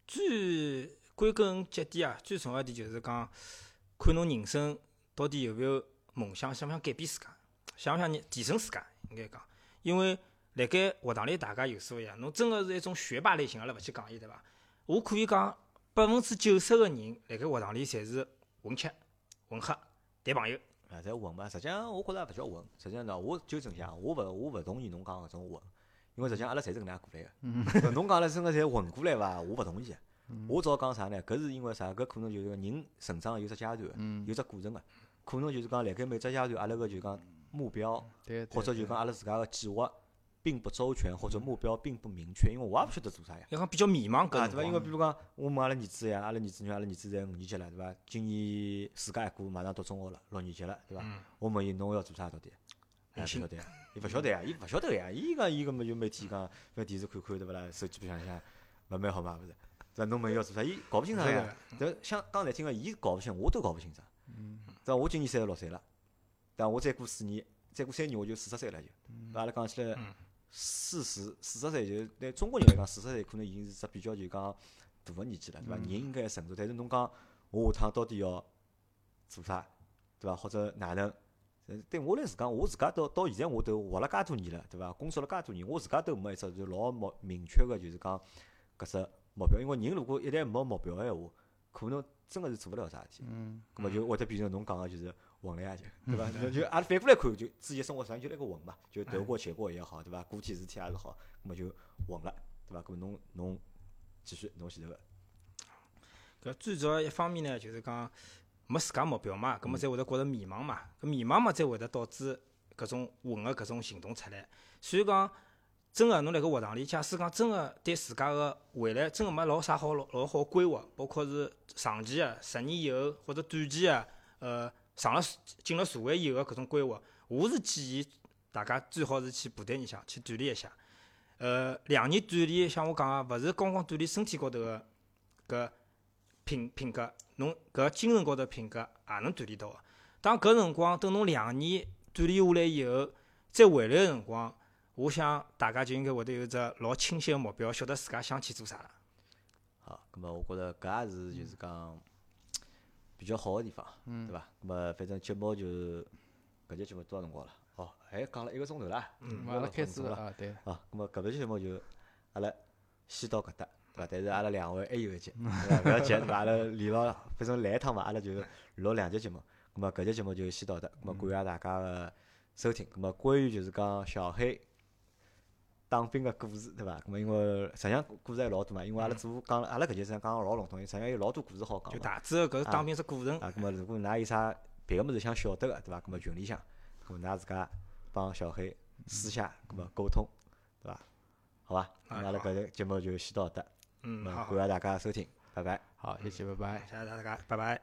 [SPEAKER 2] 最归根结底啊，最重要一点就是讲，看侬人生到底有没有梦想，想勿想改变自家，想勿想你提升自家，应该讲，因为辣盖学堂里大家有所勿一样，侬真个是一种学霸类型，阿拉勿去讲伊对伐？我可以讲，百分之九十个人辣盖学堂里侪是混吃、混喝、谈朋友，
[SPEAKER 1] 啊，侪混嘛。实际上，我觉着也勿叫混。实际上呢，我纠正一下，我勿我勿同意侬讲搿种混，因为实际上阿拉侪是搿能介过来
[SPEAKER 2] 嗯
[SPEAKER 1] 个。侬讲阿拉真个侪混过来 伐？我勿同意。
[SPEAKER 3] 嗯
[SPEAKER 1] 我早讲啥呢？搿是因为啥？搿可能就是人成长有只阶段，有只过程个。可能就是讲辣盖每只阶段阿拉个就讲目标
[SPEAKER 3] 对，
[SPEAKER 1] 或者就讲阿拉自家个计划并不周全，或者目标并不明确，因为我也勿晓得做啥呀。
[SPEAKER 2] 要讲比较迷茫搿
[SPEAKER 1] 啊，对
[SPEAKER 2] 辰
[SPEAKER 1] 伐？
[SPEAKER 2] 光
[SPEAKER 1] 因为比如讲，我问阿拉儿子呀，阿拉儿子女，阿拉儿子侪五年级了，对伐？今年暑假一过，马上读中学了，六年级了，对伐？
[SPEAKER 2] 嗯
[SPEAKER 1] 我问伊侬要做啥到底？哎，
[SPEAKER 2] 明
[SPEAKER 1] 勿
[SPEAKER 2] 星
[SPEAKER 1] 晓得呀，伊勿晓得呀，伊勿晓得呀。伊讲伊搿么就每天讲，勿电视看看对勿啦？手机里向想，勿蛮好嘛，勿是？对伐？侬问伊要做啥？伊搞勿清啊爽
[SPEAKER 2] 对
[SPEAKER 1] 呀
[SPEAKER 2] 的。
[SPEAKER 1] 对，像讲难听个，伊搞勿清，我都搞勿清爽。嗯。对伐？我今年三十六岁了，对伐？我再过四年，再过三年我就四十岁了，就。对伐阿拉讲起来。四十四十岁就是对中国人来讲，四十岁可能已经是只比较就讲大个年纪了，对伐？人应该成熟，但是侬讲我下趟到底要做啥，对伐？或者哪能？呃对我来自讲，我自家到到现在我都活了介多年了，对伐？工作了介多年，我自家都没一只就老明明确个，就是讲搿只目标。因为人如果一旦没目标个闲话，可能真个是做勿了啥事体。
[SPEAKER 3] 嗯，
[SPEAKER 1] 咁啊么就会得变成侬讲个就是混了呀，就对伐？就就阿拉反过来看，就自己生活实际上就是一个混嘛，就
[SPEAKER 3] 哎
[SPEAKER 1] 得过且过也好，对伐？过体事体也是好，咁啊么就混了，对伐？咁么啊侬侬继续侬前头个，
[SPEAKER 2] 搿最主要一方面呢，就是讲没自家目标嘛，搿么才会得觉着迷茫嘛，搿迷茫嘛才会得导致搿种混个搿种行动出来。所以讲，真个侬辣搿学堂里，假使讲真个对自家个未来真个没老啥好老老好规划，包括是长期个十年以后或者短期个，呃，上了进了社会以后个搿种规划，我是建议大家最好是去部队里向去锻炼一下。呃，两年锻炼，像我讲个，勿是光光锻炼身体高头个搿品品格，侬搿精神高头品格也能锻炼到个。当搿辰光等侬两年锻炼下来以后，再回来个辰光，我想大家就应该会得有一只老清晰个目标，晓得自家想去做啥了。
[SPEAKER 1] 好，咁啊么我觉着搿也是
[SPEAKER 3] 嗯
[SPEAKER 1] 就是讲比较好个地方，对伐？咁么反正节目就搿节节目多少辰光了？哦，还讲了一个钟头啦，
[SPEAKER 3] 嗯
[SPEAKER 1] 我
[SPEAKER 3] 阿拉
[SPEAKER 1] 老
[SPEAKER 3] 开
[SPEAKER 1] 分
[SPEAKER 3] 始
[SPEAKER 1] 钟了
[SPEAKER 3] 啊，对，
[SPEAKER 1] 啊，咁么搿期节目就阿拉先到搿搭，对伐？但是阿拉两位还有一集，对伐？勿要急，对伐？阿拉连牢，反正来一趟嘛，阿拉就录两集节目。咁么搿集节目就先到搿搭，咁么感谢大家个收听。咁么关于就是讲小黑当兵个故事，对伐？咁么因为实际上故事还老多嘛，因为阿拉主讲了阿拉搿集实际上讲了老笼统，实际上有老多故事好讲
[SPEAKER 2] 嗯就
[SPEAKER 1] 嘛。
[SPEAKER 2] 大致搿当兵只过程，
[SPEAKER 1] 啊，咁么如果㑚有啥别个物事想晓得个，对伐？咁么群里向，咁么㑚自家帮小黑
[SPEAKER 2] 嗯
[SPEAKER 1] 私下咁么沟通，对伐？好吧，咁
[SPEAKER 2] 啊
[SPEAKER 1] 阿拉
[SPEAKER 2] 好
[SPEAKER 1] 搿个节目就先到搿搭，
[SPEAKER 2] 嗯，
[SPEAKER 1] 咁
[SPEAKER 2] 好
[SPEAKER 1] 啊
[SPEAKER 2] 好，
[SPEAKER 1] 感谢大家收听，拜拜。
[SPEAKER 3] 嗯好，谢谢，拜拜。
[SPEAKER 2] 谢谢大家，拜拜。